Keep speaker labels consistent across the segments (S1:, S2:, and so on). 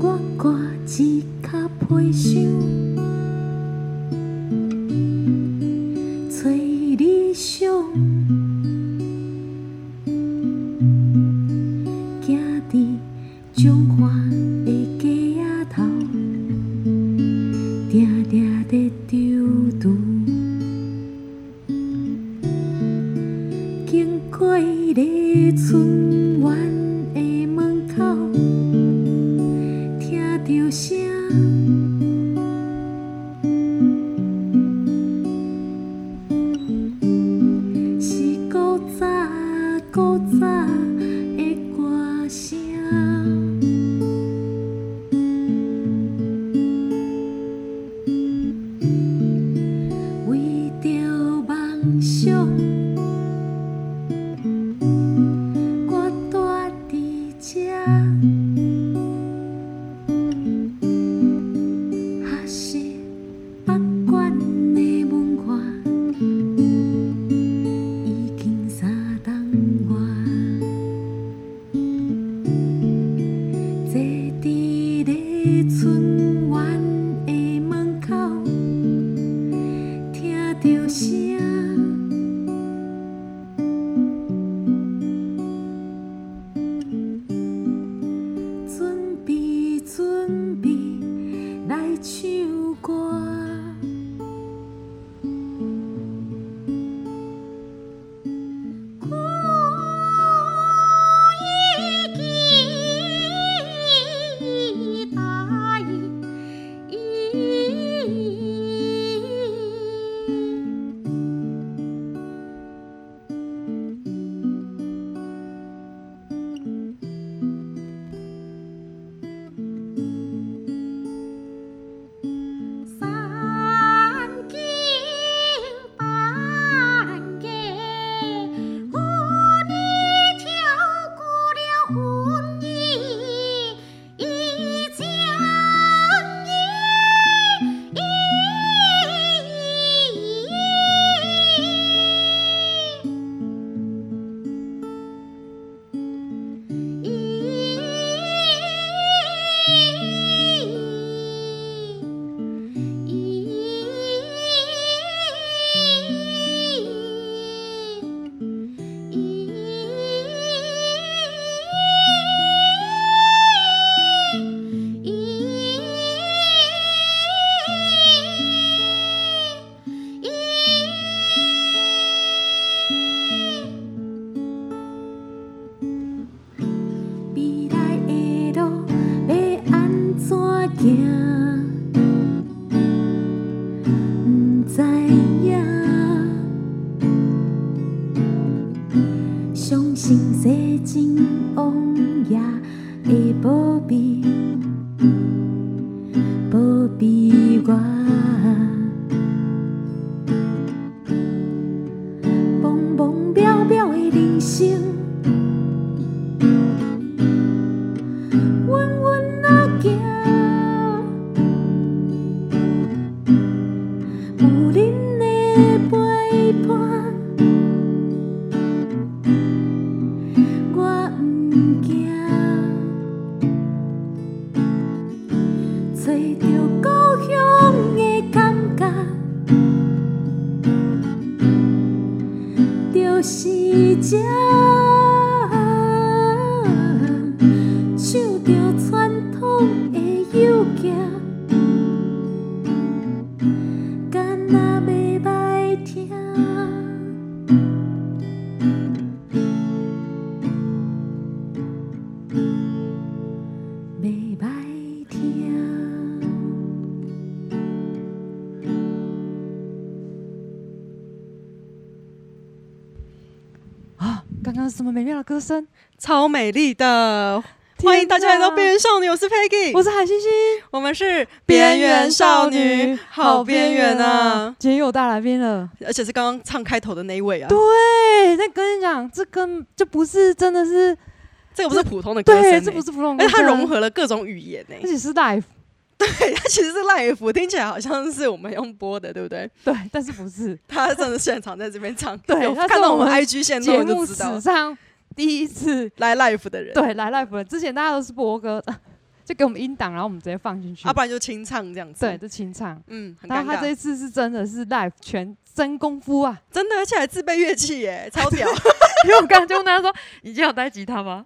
S1: 我挂一卡皮箱，找理想，行伫中华的街仔头，定定在丢丢，经过丽春园的门口。听着声，是古早古早的歌声。为着梦想，我住伫这。学习北管的文化，已经三冬外。坐伫咧春园的门口，听着声。准备，准备来唱歌。三更半夜，我你跳过了婚姻，一江一一。未来的路要安怎行？不知影，相信世情王爷的保庇，保庇我。茫茫渺渺的人生，稳稳啊行。有恁的陪伴，我毋惊。找着故乡的感觉，就是这。唱着传统的友情。敢若袂歹听。袂歹听。
S2: 啊，刚刚是什么美妙的歌声？
S3: 超美丽的。
S2: 天
S3: 欢迎大家来到
S2: 哪
S3: 边缘少女，我是 Peggy，
S2: 我是海星星，
S3: 我们是边缘少女，好边缘啊！！
S2: 今天又有大来宾了。
S3: 而且是刚刚唱开头的那一位啊，
S2: 对，那跟你讲，这根就不是真的是，
S3: 这个不是普通的歌声欸，
S2: 对，这不是普通
S3: 而
S2: 歌
S3: 且它
S2: 声，
S3: 融合了各种语言呢欸
S2: 而。且是 live，
S3: 对，它其实是 live，听起来好像是我们用播的，对不对？
S2: 对，但是不 是
S3: 他真的现场在这边唱，
S2: 对
S3: 有
S2: 他是
S3: 看到
S2: 我
S3: 我们
S2: 们
S3: IG 现
S2: 节
S3: 动
S2: 目
S3: 就知道
S2: 史上第一次
S3: 来 live 的人，，
S2: 对来 live 了之前大家都是播歌， 就给我们音档，然后我们直接放进去
S3: 啊要、，不然就清唱这样子，
S2: 对，，就清唱。
S3: 嗯，很
S2: 然
S3: 尴
S2: 后他这
S3: 尬
S2: 一，次是真的是 live 全真功夫啊！
S3: 真的，而且还自备乐器耶，超 屌，
S2: 因为我刚刚就问他说：“你今天有带吉他吗？”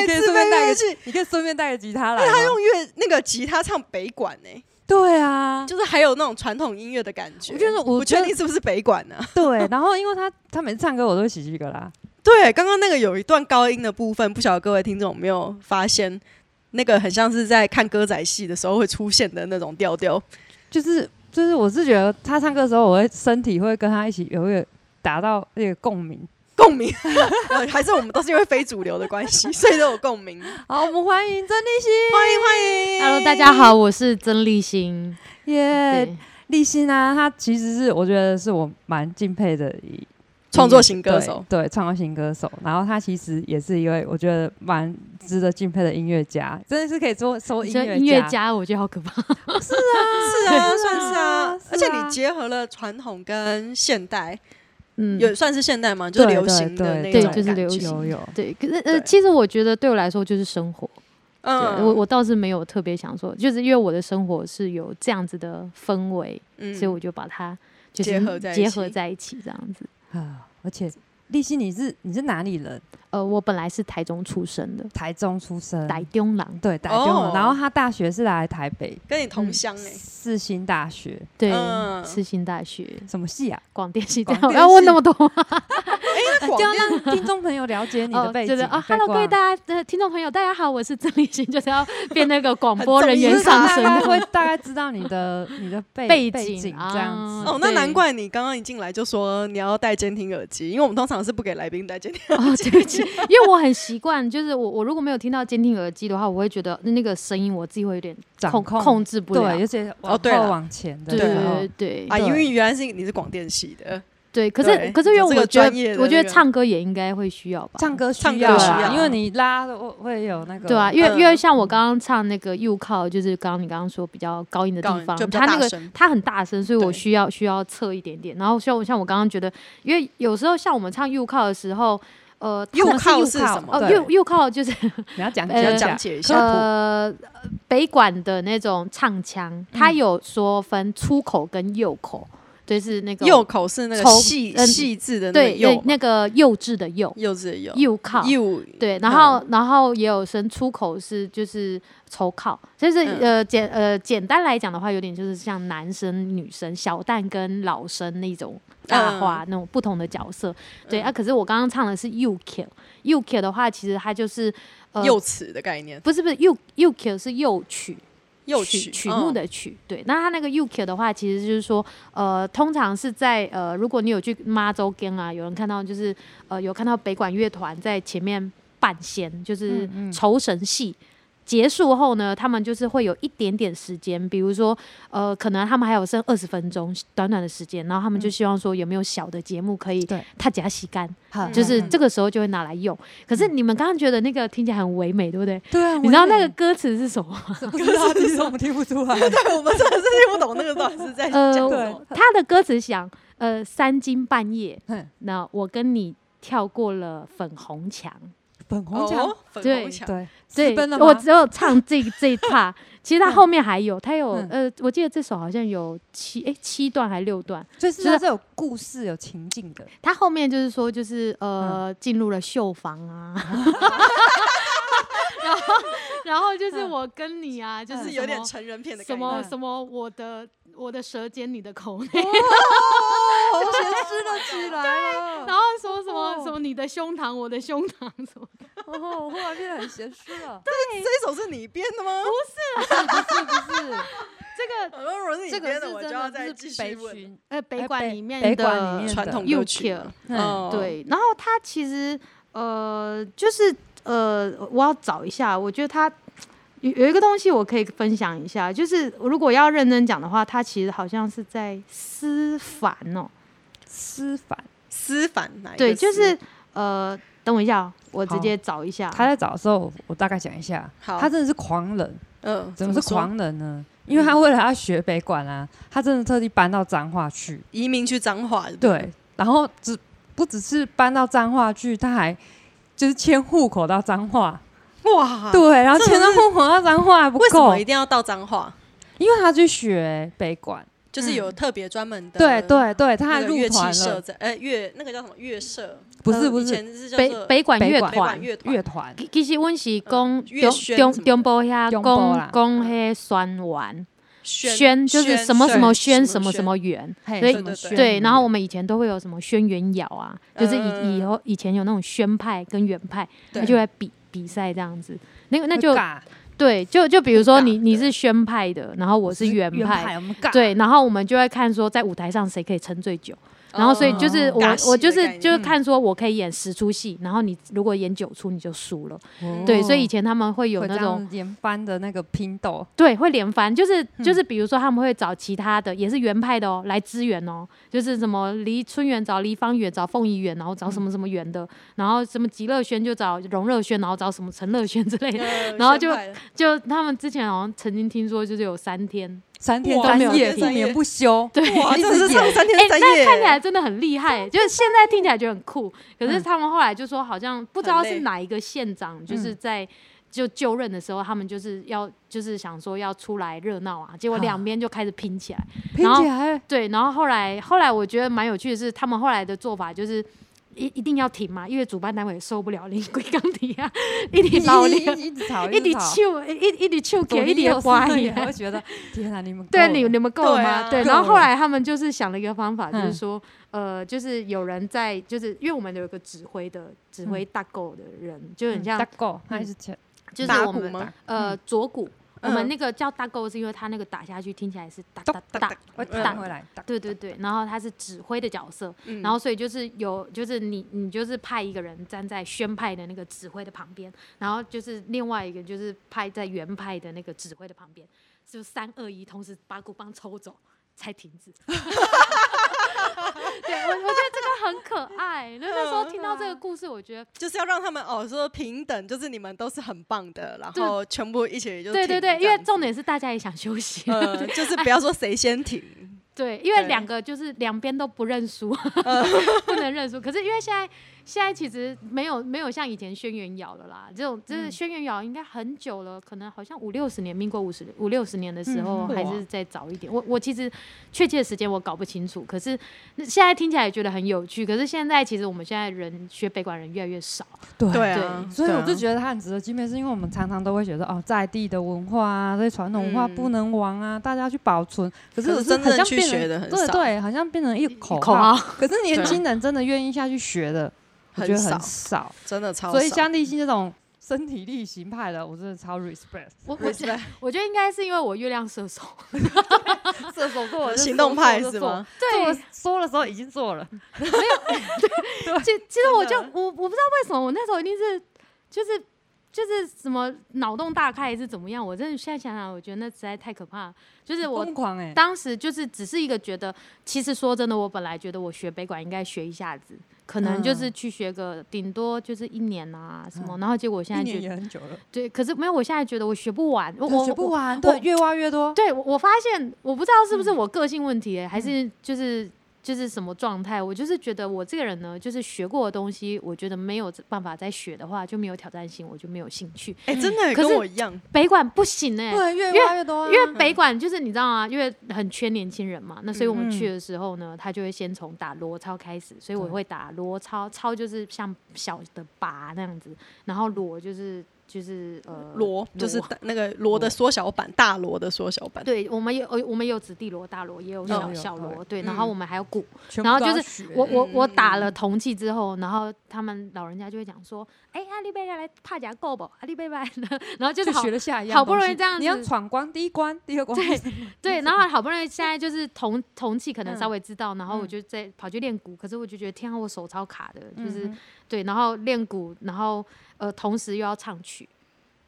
S2: 你可以
S3: 自
S2: 顺便
S3: 备
S2: 带
S3: 乐
S2: 个
S3: 器，
S2: 你可以顺便带个吉他来吗。
S3: 用乐那个吉他唱北管呢，
S2: 对啊，
S3: 就是还有那种传统音乐的感觉。
S2: 我觉得我
S3: 不确
S2: 觉得
S3: 定是不是北管啊呢、
S2: 对。然后因为他他每次唱歌我都会起鸡皮疙瘩，
S3: 对，刚刚那个有一段高音的部分，不晓得各位听众有没有发现，那个很像是在看歌仔戏的时候会出现的那种调调。
S2: 就是就是我是觉得他唱歌的时候，我会身体会跟他一起有一个达到那个共鸣。
S3: 共鸣，呃 还是我们都是因为非主流的关 系，所以都有共鸣。欢
S2: 好，我们欢迎曾立新，
S3: 迎欢迎
S4: Hello，大家好，我是曾立新。
S2: 耶
S4: 对，
S2: 立新啊，他其实是我觉得是我蛮敬佩的一
S3: 创作型歌手，
S2: 对，对创作型歌手。然后他其实也是一位我觉得蛮值得敬佩的音乐家，真的是可以说说音
S4: 这
S2: 乐
S4: 音乐家，我觉得好可怕。
S3: 是啊，算 是啊，而且
S2: 是啊
S3: 你结合了传统跟现代，
S4: 嗯，
S3: 有算是现代吗？就是
S2: 对
S3: 流行的那
S2: 对
S3: 种
S4: 对就
S3: 感觉，
S4: 是流行
S2: 有有。
S4: 对，可是呃，
S3: 对
S4: 其实我觉得对我来说就是生活。对
S3: 嗯，
S4: 我我倒是没有特别想说，就是因为我的生活是有这样子的氛围，
S3: 嗯
S4: 所以我就把它就是
S3: 结合在一起
S4: 结合在一起这样子。
S2: 啊，而且立新你是你是哪里人？
S4: 呃，我本来是台中出生
S3: 嗯
S4: 的，
S2: 台中出生，
S4: 台中郎。
S2: 对台中人
S3: 哦
S2: 然后他大学是来台北
S3: 跟你同乡哎、
S2: 世新大学，
S4: 对，
S3: 嗯
S4: 世新大学
S2: 什么系啊？
S4: 广电系，
S2: 广
S4: 我
S2: 电
S4: 要问那
S2: 系
S4: 么多吗？啊
S3: 那广
S2: 就要
S3: 电
S2: 让听众朋友了解你的背
S4: 就
S2: 景。
S4: 是啊
S2: 背
S4: ，Hello，各位
S2: 景
S4: 大家呃，听众朋友，大家好，我是曾立新，就是要变那个广播
S3: 很
S4: 人
S3: 重
S4: 员
S3: 要
S4: 上
S2: 大
S4: 升
S2: 家
S4: 的。
S2: 会大概知道你的你的背
S4: 背景
S2: 景这样
S4: 啊
S2: 子。
S3: 哦，那
S4: 对
S3: 难怪你刚刚一进来就说你要戴监听耳机，因为我们通常是不给来宾戴监听耳
S4: 哦，
S3: 机。
S4: 对不起，因为我很习惯，就是我我如果没有听到监听耳机的话，我会觉得那个声音我自己会有点
S2: 掌
S4: 控
S2: 控
S4: 控制不了
S2: 对，。尤其往
S3: 哦
S2: 后
S3: 对了
S2: 往前的
S4: 对
S2: 时
S4: 对
S2: 候，
S4: 对对
S3: 啊，
S2: 对
S3: 因为原来是你是广电系的，
S4: 对，可
S3: 对
S4: 是可是因
S3: 你这
S4: 为
S3: 个
S4: 我觉
S3: 专业的
S4: 得，我觉
S3: 那
S4: 得
S3: 个
S4: 唱歌也应该会需要吧。
S2: 唱歌需
S3: 唱歌
S2: 要
S4: 需
S2: 啦，
S4: 要啊
S2: 因为你拉的会有那个
S4: 对啊，因为
S3: 嗯
S4: 因为像我刚刚唱那个又靠，就是刚刚你刚刚说比较高音的
S3: 高音
S4: 地方
S3: 就，比较
S4: 它那
S3: 大
S4: 个
S3: 声
S4: 它很大声，所以
S3: 对
S4: 我需要需要侧一点点。然后像我像我刚刚觉得，因为有时候像我们唱又靠的时候，呃，它
S3: 又
S4: 们
S3: 靠
S4: 又
S3: 是
S2: 靠
S3: 什么？
S4: 哦
S2: 对
S4: 又又靠 就是
S2: 你要讲
S4: 呃
S3: 你要
S2: 一下
S3: 讲解一下。
S4: 呃北管的那种唱腔，它
S3: 嗯
S4: 有说分粗口跟右口，就是那个
S3: 右口是那个
S4: 丑
S3: 细
S4: 嗯
S3: 细致的那个
S4: 对
S3: 幼
S4: 那
S3: 嘛，
S4: 那个幼稚的幼
S3: 幼稚的幼，
S4: 右靠。
S3: 幼
S4: 对，然后、然后也有声出口是就是抽考，就是、
S3: 嗯
S4: 呃简呃简单来讲的话，有点就是像男生女生小旦跟老生那种
S3: 嗯
S4: 大话、那种不同的角色。对、啊，可是我刚刚唱的是 you kill you kill 的话，其实它就是呃
S3: 幼齿的概念，
S4: 不是不是 you you kill 是幼曲。
S3: 幼
S4: 曲
S3: 曲嗯
S4: 曲目
S2: 嗯
S4: 的曲，对。那它那个 UK 的话，其实就是说，呃，通常是在呃，如果你有去妈州跟啊，有人看到就是呃，有看到北管乐团在前面扮仙，就是
S2: 嗯嗯
S4: 酬神戏。结束后呢，他们就是会有一点点时间，比如说，呃，可能他们还有剩二十分钟，短短的时间，然后他们就希望说有没有小的节目可以
S2: 嗯对
S4: 他加吸干，
S2: 好
S4: 就是
S2: 嗯
S4: 这个时候就会拿来用。可是你们刚刚觉得那个听起来很唯美，对不对？
S2: 对啊，
S4: 你知道那个
S2: 个
S4: 歌词是什么吗？
S2: 歌是什么我们听不 出来？
S3: 对，我们真的是听不懂那个到底是在讲
S4: 呃
S3: 什
S2: 对
S3: 么。，
S4: 他的歌词想，呃，三更半夜，
S2: 嗯
S4: 那我跟你跳过了粉红墙。
S2: 粉红墙
S3: 哦，粉
S4: 对
S3: 红墙，
S2: 对，
S4: 对
S2: 私奔了，
S4: 我
S2: 吗
S4: 只有唱这这一 part，其实他
S2: 嗯
S4: 后面还有，他有
S2: 嗯
S4: 呃，我记得这首好像有七诶七段还六段，
S2: 就是
S4: 就是
S2: 它是有故事、有情境的，
S4: 他后面就是说就是呃
S2: 嗯
S4: 进入了绣房 啊， 然后然后就是
S2: 嗯
S4: 我跟你啊，就
S2: 嗯
S4: 是
S3: 是
S4: 什
S3: 有点
S4: 么
S3: 成人片的概
S4: 什
S3: 念。
S4: 么
S2: 嗯
S4: 什么我的我的舌尖你的口 内，
S2: 哦，写诗了起 来了
S4: 然后说什么
S2: 哦
S4: 什么你的胸膛我的胸膛 什么。
S2: 哦，忽然变得很写诗 了，
S3: 这首是你编的吗？
S2: 不是不是，
S4: 这个
S3: 我说如果是你
S2: 这个
S3: 编
S2: 是
S3: 的，我就
S2: 真
S3: 要
S2: 的
S3: 再
S2: 是
S3: 继续
S2: 北
S3: 问。
S2: 巡，
S4: 呃北
S2: 哎
S4: 管
S2: 北
S4: 里面的
S2: 北管里面的嗯
S3: 传统歌曲
S4: You
S3: 嘛，
S2: kill
S5: 嗯
S3: 哦，
S4: 对，然后他其实呃就是呃我要找一下，我觉得他。有有一个东西我可以分享一下，就是如果要认真讲的话，他其实好像是在思凡哦，
S2: 思凡，
S3: 思凡哪一个
S4: 对，就
S3: 思
S4: 是呃，等我一下哦，我直
S2: 好
S4: 接找一下，
S2: 他在找的时候，我大概讲一下，
S3: 好
S2: 他真的是狂人，
S3: 嗯，
S2: 怎么是
S3: 说
S2: 狂人呢？因为他为了要学北管啊，他真的特地搬到彰化去。
S3: 移民去彰化？不，
S2: 对，然后只不只是搬到彰化去，他还就是迁户口到彰化。
S3: 哇，
S2: 对，然后
S3: 啊这
S2: 迁到
S3: 是
S2: 户口到彰化还不
S3: 为什
S2: 够
S3: 么一，定要到彰化？
S2: 因为他去学北管。
S3: 就是
S2: 嗯
S3: 有特别专门的，
S2: 对，对对，他还
S3: 那个
S2: 入
S3: 乐器
S2: 团
S3: 社
S2: 了，
S3: 在，呃，乐那个叫什么乐社？
S2: 不
S3: 呃
S2: 是不
S3: 以
S2: 是
S3: 前是叫
S5: 北
S3: 做
S5: 北管乐
S2: 北管
S5: 团。
S3: 乐
S2: 乐团。
S5: 其其实阮是
S3: 嗯
S5: 讲
S3: 乐
S5: 中
S3: 宣什么
S5: 中
S3: 的嗯
S5: 中部遐
S2: 中
S5: 讲
S2: 部啦
S5: 讲迄酸丸
S3: 宣
S5: 宣就是什么什么宣
S3: 宣
S5: 什么什么圆，
S2: 嘿
S5: 所以
S2: 什么
S3: 对嗯
S2: 宣
S5: 对，然后我
S2: 言
S5: 们以前都会有什么轩辕窑啊，就是以以
S3: 嗯
S5: 后以前有那种宣派跟原派，
S3: 对
S5: 那就来比比赛这样子。那个那就
S2: 会尬
S5: 对，就就比如
S3: 会
S5: 说
S3: 尬
S5: 你你
S3: 对
S5: 是宣派的，然后我是原派，
S2: 派，我们尬
S3: 哦
S5: 对，然后我们就会看说在舞台上谁可以撑最久。然后所以就是
S2: 哦
S5: 我
S3: 尬戏
S5: 我
S3: 的
S5: 就是
S3: 概
S5: 就是
S2: 念
S5: 看说我可以演十出戏，然后你如果演九出你就输了。
S2: 哦
S5: 对，所以以前他们会有
S2: 会
S5: 那
S2: 这
S5: 种
S2: 样嗯连班的那个拼斗，
S5: 对，会连番，就是就是，比如说他们会找其他的，也是原派的哦，来支援哦，就是什么离春元找离方远，找凤仪远，然后找
S2: 嗯
S5: 什么什么远的，然后什么极乐轩就找荣乐轩，然后找什么陈乐轩之类
S2: 嗯
S5: 的。
S3: 呃
S5: 然后就
S3: 宣派的
S5: 就他们之前好像曾经听说，就是有三天，
S2: 三天
S3: 哇
S2: 三
S3: 三
S2: 夜
S3: 天
S2: 不
S3: 三
S2: 眠
S3: 夜
S2: 不休。
S5: 对，
S3: 哇，
S2: 一
S3: 真
S2: 直
S3: 的是唱
S2: 演
S3: 三
S5: 哎、
S3: 天三
S5: 那
S3: 夜，
S5: 看起来真的很厉害，就是现在听起来就很酷。可是
S2: 嗯
S5: 他们后来就说，好像不知
S3: 很
S5: 道
S3: 累
S5: 是哪一个县长，就是在就就任的时候，他们就是要就是想说要出来热闹啊，结果
S2: 啊
S5: 两边就开始拼起来。
S2: 拼
S5: 然后
S2: 起来，
S5: 对，然后后来后来我觉得蛮有趣的是，他们后来的做法就是。一一定要停嘛，因为主办单位也受不了 你规钢提啊，一
S2: 一
S5: 直闹
S2: 直
S5: 你，
S2: 一直吵，
S5: 一直
S2: 吵，
S5: 唱，一一直唱
S2: 左
S5: 歌，
S2: 邻
S5: 一直
S2: 右
S5: 欢
S2: 舍
S5: 喜
S2: 也。 会觉得天啊哪，你们
S5: 对，
S2: 够
S5: 你
S2: 了
S5: 你们够了
S3: 对
S5: 吗？
S3: 啊
S5: 对，
S2: 够
S5: 然后后
S2: 了
S5: 来他们就是想了一个方法，就是
S2: 嗯
S5: 说，呃，就是有人在，就是因为我们有一个指挥的指挥大狗的人，就很像
S2: 大，够，他
S5: 嗯
S2: 一直切
S5: 就是
S3: 打
S5: 我
S3: 鼓
S5: 们
S3: 吗？
S5: 呃左鼓，我
S3: 嗯
S5: 们那个叫大狗是因为他那个打下去听起来是哒
S2: 咚
S5: 哒
S3: 哒
S5: 哒
S3: 哒，
S2: 会
S3: 嗯
S2: 弹回来，哒
S5: 对对对，然后他是指挥的角色，
S3: 嗯
S5: 然后所以就是有，就是你你就是派一个人站在宣派的那个指挥的旁边，然后就是另外一个就是派在原派的那个指挥的旁边，就三二一，同时把鼓棒抽走才停止。对我，我觉得这个很可爱。那那时候听到这个故事，我觉得
S3: 就是要让他们哦说平等，就是你们都是很棒的，然后全部一起就
S5: 对
S3: 挺
S5: 对对，
S3: 这
S5: 因为
S3: 样子
S5: 重点是大家也想休息。
S3: 呃，就是不要说谁先停，
S5: 对，因为
S3: 对
S5: 两个就是两边都不认输， 不能认输。可是因为现在现在其实没有没有像以前轩辕窑了啦，这种就是
S2: 嗯
S5: 轩辕窑应该很久了，可能好像五六十年，民国五十五六十年的时候、
S2: 嗯
S5: 还
S2: 哇
S5: 是再早一点。我我其实确切时间我搞不清楚，可是那现在听起来也觉得很有趣。可是现在其实我们现在人学北管人越来越少，
S2: 对
S3: 对啊，
S2: 所以我就
S3: 得
S2: 觉得它很值得纪念，是因为我们常常都会觉得哦，在地的文化啊，这些传统文化
S3: 嗯
S2: 不能亡啊，大家去保存。可
S3: 可
S2: 是
S3: 是
S2: 我
S3: 真
S2: 好
S3: 正
S2: 像
S3: 去
S2: 变成
S3: 学的很
S2: 对
S3: 少
S2: 对，好像变成一个口
S5: 口
S2: 号。
S5: 号
S2: 可是年轻人真的愿意下去学的，我觉
S3: 很
S2: 得很
S3: 少，
S2: 少。
S3: 真的超少。
S2: 所以像立新这种身体力行派的，我真的超 respect。
S5: 我我觉
S3: respect
S5: 得我觉得应该是因为我月亮射手，
S2: 射手座我就
S3: 行动派
S2: 说
S3: 是吗？？
S2: 做
S5: 对
S2: 了，说的时候已经做了，
S5: 其其实我就
S3: 真的
S5: 我我不知道为什么我那时候一定是就是就是什么脑洞大开还是怎么样，我真的现在想想，我觉得那实在太可怕了。就是我
S2: 疯狂哎、
S5: 当时就是只是一个觉得，其实说真的，我本来觉得我学北管应该学一下子，可能就是
S2: 嗯
S5: 去学个顶多就是一年啊什么，
S2: 嗯
S5: 然后结果我现
S2: 一
S5: 在
S2: 年
S5: 觉
S2: 也
S5: 得
S2: 很久了，
S5: 对，可是没有，我现在觉得我学不完，我
S2: 对
S5: 我
S2: 学不
S5: 我
S2: 完，
S5: 我
S2: 对，越挖越多。
S5: 对，我我发现我不知道是不
S2: 嗯
S5: 是我个性问题、欸，还是就是就是什么状态？我就是觉得我这个人呢，就是学过的东西，我觉得没有办法再学的话，就没有挑战性，我就没有兴趣。
S3: 哎，真的
S5: 嗯可
S3: 跟
S5: 是
S3: 我一样，
S5: 北管不行哎、
S2: 对，越
S5: 因为
S2: 挖越多、啊，
S5: 因为北管就是你知道啊，因为很缺年轻人嘛，那所
S2: 嗯
S5: 以我们去的时候呢，他就会先从打罗超开始，所以我
S2: 对
S5: 会打罗超，超就是像小的拔那样子，然后罗就是就是呃
S3: 罗就是大那个罗的缩小版，大罗的缩小版。
S5: 对，我们有呃我们有子弟罗、大罗，也有
S2: 都
S5: 小
S2: 有
S5: 小
S2: 对
S5: 罗，对，然后
S3: 嗯
S5: 我们还有鼓，
S2: 全部
S5: 然后
S2: 都
S5: 就
S2: 要
S5: 是
S2: 学
S5: 我我我打
S3: 嗯
S5: 了铜器之后，然后他们老人家就会讲说，哎、阿里贝来帕甲够不？阿里贝来， 然后就是
S2: 就
S5: 好
S2: 学了下一样，
S5: 好不容易这样
S2: 你要
S5: 子
S2: 闯关第一关、第二关，
S5: 对对，
S3: 嗯
S5: 然后好不容易现在就是铜铜器可能
S2: 嗯
S5: 稍微知道，然后我
S2: 嗯
S5: 就再跑去练鼓，可是我就觉得天啊，我手超卡的，就是、
S2: 嗯哼
S5: 对，然后练鼓，然后呃同时又要唱曲。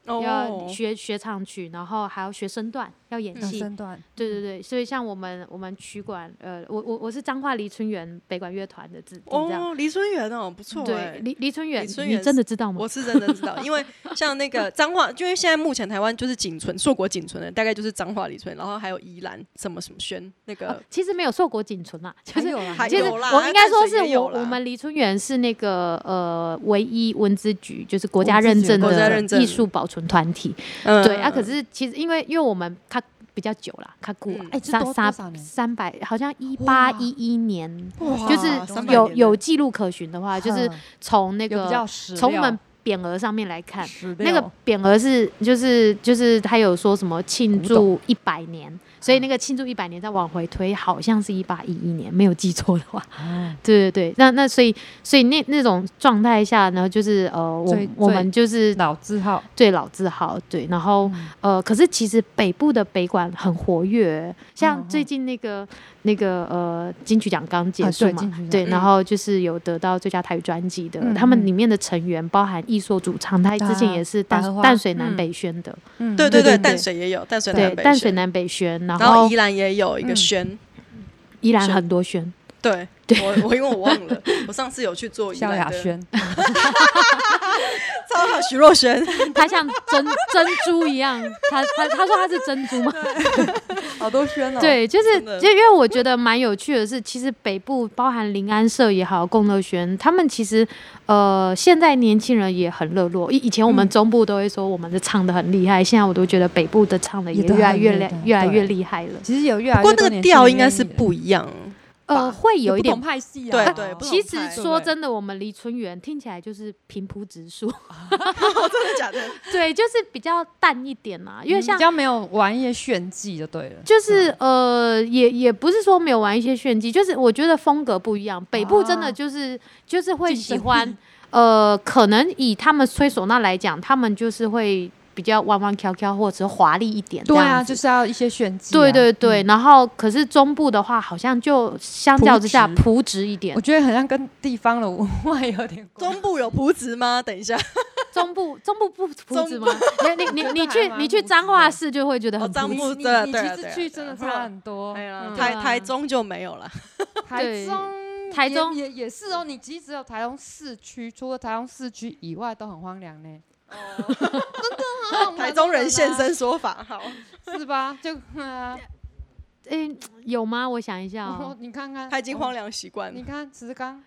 S5: 要
S3: 哦，
S5: 学学唱曲，然后还要学身段，要演
S2: 有
S5: 戏。
S2: 嗯身段，
S5: 对对对，所以像我们我们曲馆，呃，我我我是彰化黎春园北管乐团的子弟这样。
S3: 哦，黎春元哦，不错
S5: 对，
S3: 哎。
S5: 黎黎春园，
S3: 黎春
S5: 你
S3: 园
S5: 真的知道吗
S3: 我？是认真知道，因为像那 个彰化，因为现在目前台湾就是仅存硕果仅存的，大概就是彰化、李村，然后还有宜兰什么什么轩那
S5: 哦
S3: 个，
S5: 其实没有硕果仅存啦，就
S2: 还
S5: 是
S2: 有啦，
S3: 还
S5: 就是
S3: 有啦
S5: 我应该说是
S3: 淡水也
S5: 我
S3: 有啦
S5: 我们黎春园是那个呃唯一文资局，就是国家认证
S3: 文资局国家认
S5: 的
S3: 证
S5: 艺术保存团体。
S3: 嗯
S5: 对啊，可是其实因为因为我们它比较久了，它古
S3: 嗯
S2: 哎这
S5: 三
S2: 多多
S5: 三
S2: 少年
S5: 三百，好像一八
S2: 哇
S5: 一一年，
S3: 哇
S5: 就是
S3: 300
S5: 有
S3: 年
S5: 有记录可循的话，就是
S2: 哼
S5: 从那
S2: 嗯有比较
S5: 个
S2: 实
S5: 从我们
S2: 料
S5: 匾额上面来看。
S2: 实
S5: 那个
S2: 料
S5: 匾额是就是就是他有说什么庆
S2: 古嗯
S5: 祝一百年，所以那个庆祝一百年再往回推，好像是一八一一年，没有记错的话。
S2: 哦
S5: 对对对，那那所以所以那那种状态下呢，就是呃，我
S2: 最
S5: 我们就是
S2: 老字号，
S5: 最老字号对，然后
S2: 嗯
S5: 呃，可是其实北部的北管很活跃，
S2: 嗯
S5: 像
S2: 嗯
S5: 最近那个那个呃金曲奖刚结
S2: 啊
S5: 束
S2: 对
S5: 嘛
S2: 金曲，奖
S5: 对，
S3: 嗯
S5: 然后就是有得到最佳台语专辑的
S2: 嗯，
S5: 他们
S2: 嗯
S5: 里面的成员包含艺硕主唱，他之前
S2: 啊
S5: 也是
S2: 百
S5: 淡
S2: 合花
S5: 淡水南
S3: 嗯
S5: 北宣的，
S2: 嗯
S3: 对对
S5: 对
S3: 对，
S5: 对
S3: 淡水也有，淡水
S5: 对
S3: 南，北
S5: 淡水
S3: 轩
S5: 南北宣，然
S3: 然后
S5: 后
S3: 宜兰也有一个
S2: 嗯
S3: 轩，
S5: 依然
S3: 宣
S5: 很多宣，
S3: 对，我我因为我忘了，我上次有去做宜
S2: 萧
S3: 兰
S2: 亚
S3: 的，
S2: 轩，
S3: 超好，徐若瑄，
S5: 他像珍珍珠一样，他他他说他是珍珠吗？
S2: 好多轩哦，
S5: 对，就是
S3: 真的
S5: 就因为我觉得蛮有趣的是，其实北部包含临安社也好，共乐轩，他们其实呃，现在年轻人也很热络。以以前我们中部都会说我们的唱的很厉害，现在我都觉得北部的唱的也
S2: 也都
S5: 越来
S2: 很
S5: 越
S2: 厉
S5: 厉
S2: 害
S5: 越来越
S2: 对
S5: 厉害了。
S2: 其实有越
S3: 不
S2: 来
S3: 过
S2: 越
S3: 那
S2: 多
S3: 个
S2: 年轻人愿意，
S3: 调应该是不一样，
S5: 呃，会有一
S2: 不
S5: 点
S2: 同。派系啊，
S3: 对对不同
S5: 其实
S3: 派
S5: 说
S3: 对
S5: 真的，我们离春园听起来就是平铺直述，
S3: 真的假的？
S5: 对，就是比较淡一点啦、因为像
S2: 嗯比较没有玩一些炫技就对了，嗯
S5: 就是
S2: 啊
S5: 呃，也也不是说没有玩一些炫技，就是我觉得风格不一样。北部真
S2: 啊
S5: 的就是、就是会
S2: 竞争
S5: 喜欢， 呃，可能以他们吹唢呐来讲，他们就是会比较弯弯翘翘或者是华丽一点这
S2: 对
S5: 样子。
S2: 啊，就是要一些炫技啊，
S5: 对对对，
S2: 嗯
S5: 然后可是中部的话，好像就相较之下
S2: 朴质
S5: 朴质一点
S2: 我。觉得好像跟地方的文化有点关系
S3: 中部有朴子吗？等一下，
S5: 中部中部不朴质
S3: 中
S5: 吗？ 你你你
S2: 真
S5: 你
S2: 的
S5: 去
S2: 还蛮
S5: 你去
S2: 朴质
S5: 彰化
S2: 的
S5: 市就会觉得
S3: 哦
S5: 很
S3: 彰
S5: 朴
S2: 你
S5: 质
S3: 木
S2: 你
S3: 真的
S2: 你
S3: 对啊
S2: 其
S3: 对
S2: 实
S3: 啊
S2: 去
S3: 对
S2: 真
S3: 啊
S2: 的
S3: 会有
S2: 差很多，
S3: 哎呀，
S2: 嗯
S3: 台
S5: 对啊
S3: 台中就没有了，
S2: 台
S5: 对
S2: 中
S5: 台
S2: 也
S5: 中
S2: 也也是哦，你其实只有台中市区，除了台中市区以外都很荒凉呢。
S5: 哦
S3: 台中人现身说法，好，
S2: 是吧？就啊，
S5: 诶、有吗？我想一下哦
S2: 哦。你看看，
S3: 他已经
S2: 哦
S3: 荒凉习惯
S2: 你
S3: 了。
S2: 看石冈，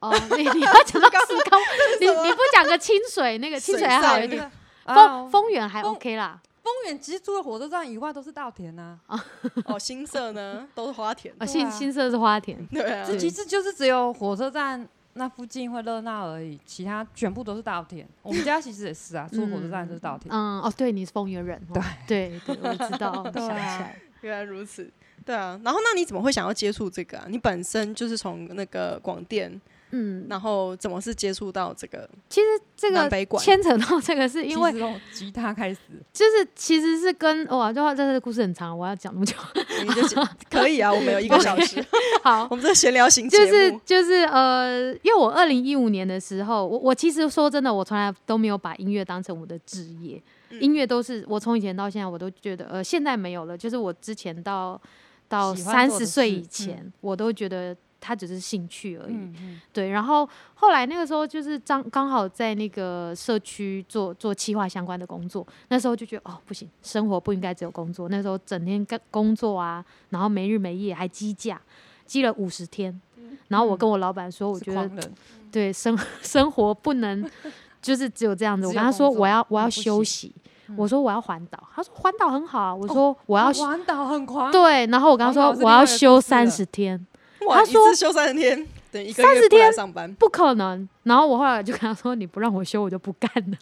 S5: 哦，你你要 讲到四高，你你不讲个清水那个清水还好一
S3: 水
S5: 点
S3: 上，
S2: 啊
S5: 丰丰原还
S2: 丰
S5: OK 啦，
S2: 丰原其实除了火车站以外都是稻田啊呐，
S3: 哦，新社呢都是花田
S5: 啊，
S2: 对，
S5: 新
S2: 啊
S5: 新社是花田，
S3: 对啊
S5: 自，己
S2: 其实就是只有火车站那附近会热闹而已，其他全部都是稻田。我们家其实也是啊，除了火车站就是稻田。
S5: 嗯，哦，对，你是丰原人，哦对对，我 知道，我
S2: 对
S5: 想起
S2: 啊
S5: 来，
S3: 原来如此。对啊，然后那你怎么会想要接触这个啊？你本身就是从那个广电，
S5: 嗯，
S3: 然后怎么是接触到这个
S5: 其实这
S3: 南
S5: 个
S3: 北管？
S5: 牵扯到这个是因为
S2: 其实从吉他开始，
S5: 就是其实是跟哇，这这个故事很长，我要讲 那么久，
S3: 你就讲可以啊，我们有一个小时，
S5: 好，
S3: 我们这闲聊型节
S5: 就是
S3: 目，
S5: 就是呃，因为我二零一五年的时候，我我其实说真的，我从来都没有把音乐当成我的职业，
S3: 嗯
S5: 音乐都是我从以前到现在，我都觉得呃，现在没有了，就是我之前到到
S2: 喜欢
S5: 三
S2: 做
S5: 十
S2: 的
S5: 岁
S2: 事
S5: 以前，我都觉得它只是兴趣而已。
S2: 嗯嗯，
S5: 对，然后后来那个时候就是刚刚好在那个社区做做企划相关的工作，那时候就觉得哦不行，生活不应该只有工作。那时候整天干工作啊，然后没日没夜还积假，积了五十天。然后我跟我老板说，我
S2: 嗯是
S5: 觉
S2: 狂
S5: 得
S2: 人
S5: 对生 生活不 能就是只有这样子。我
S2: 只
S5: 跟
S2: 有
S5: 他说
S2: 工作
S5: 我要
S2: 嗯
S5: 我要
S2: 不
S5: 休
S2: 行
S5: 息，
S2: 嗯
S5: 我说我要环岛，他说环岛很好啊，我说我要、
S2: 环岛很狂，
S5: 对，然后我跟他
S2: 环岛
S5: 说
S2: 是
S5: 我
S2: 另外
S5: 要
S2: 一个
S5: 休
S2: 故事
S5: 三
S2: 了
S5: 十天，
S3: 哇，
S5: 他
S3: 一
S5: 说
S3: 次休三十天，等一个月
S5: 30
S3: 不来
S5: 天
S3: 上班，
S5: 不可能。然后我后来就跟他说你不让我休我就不干了，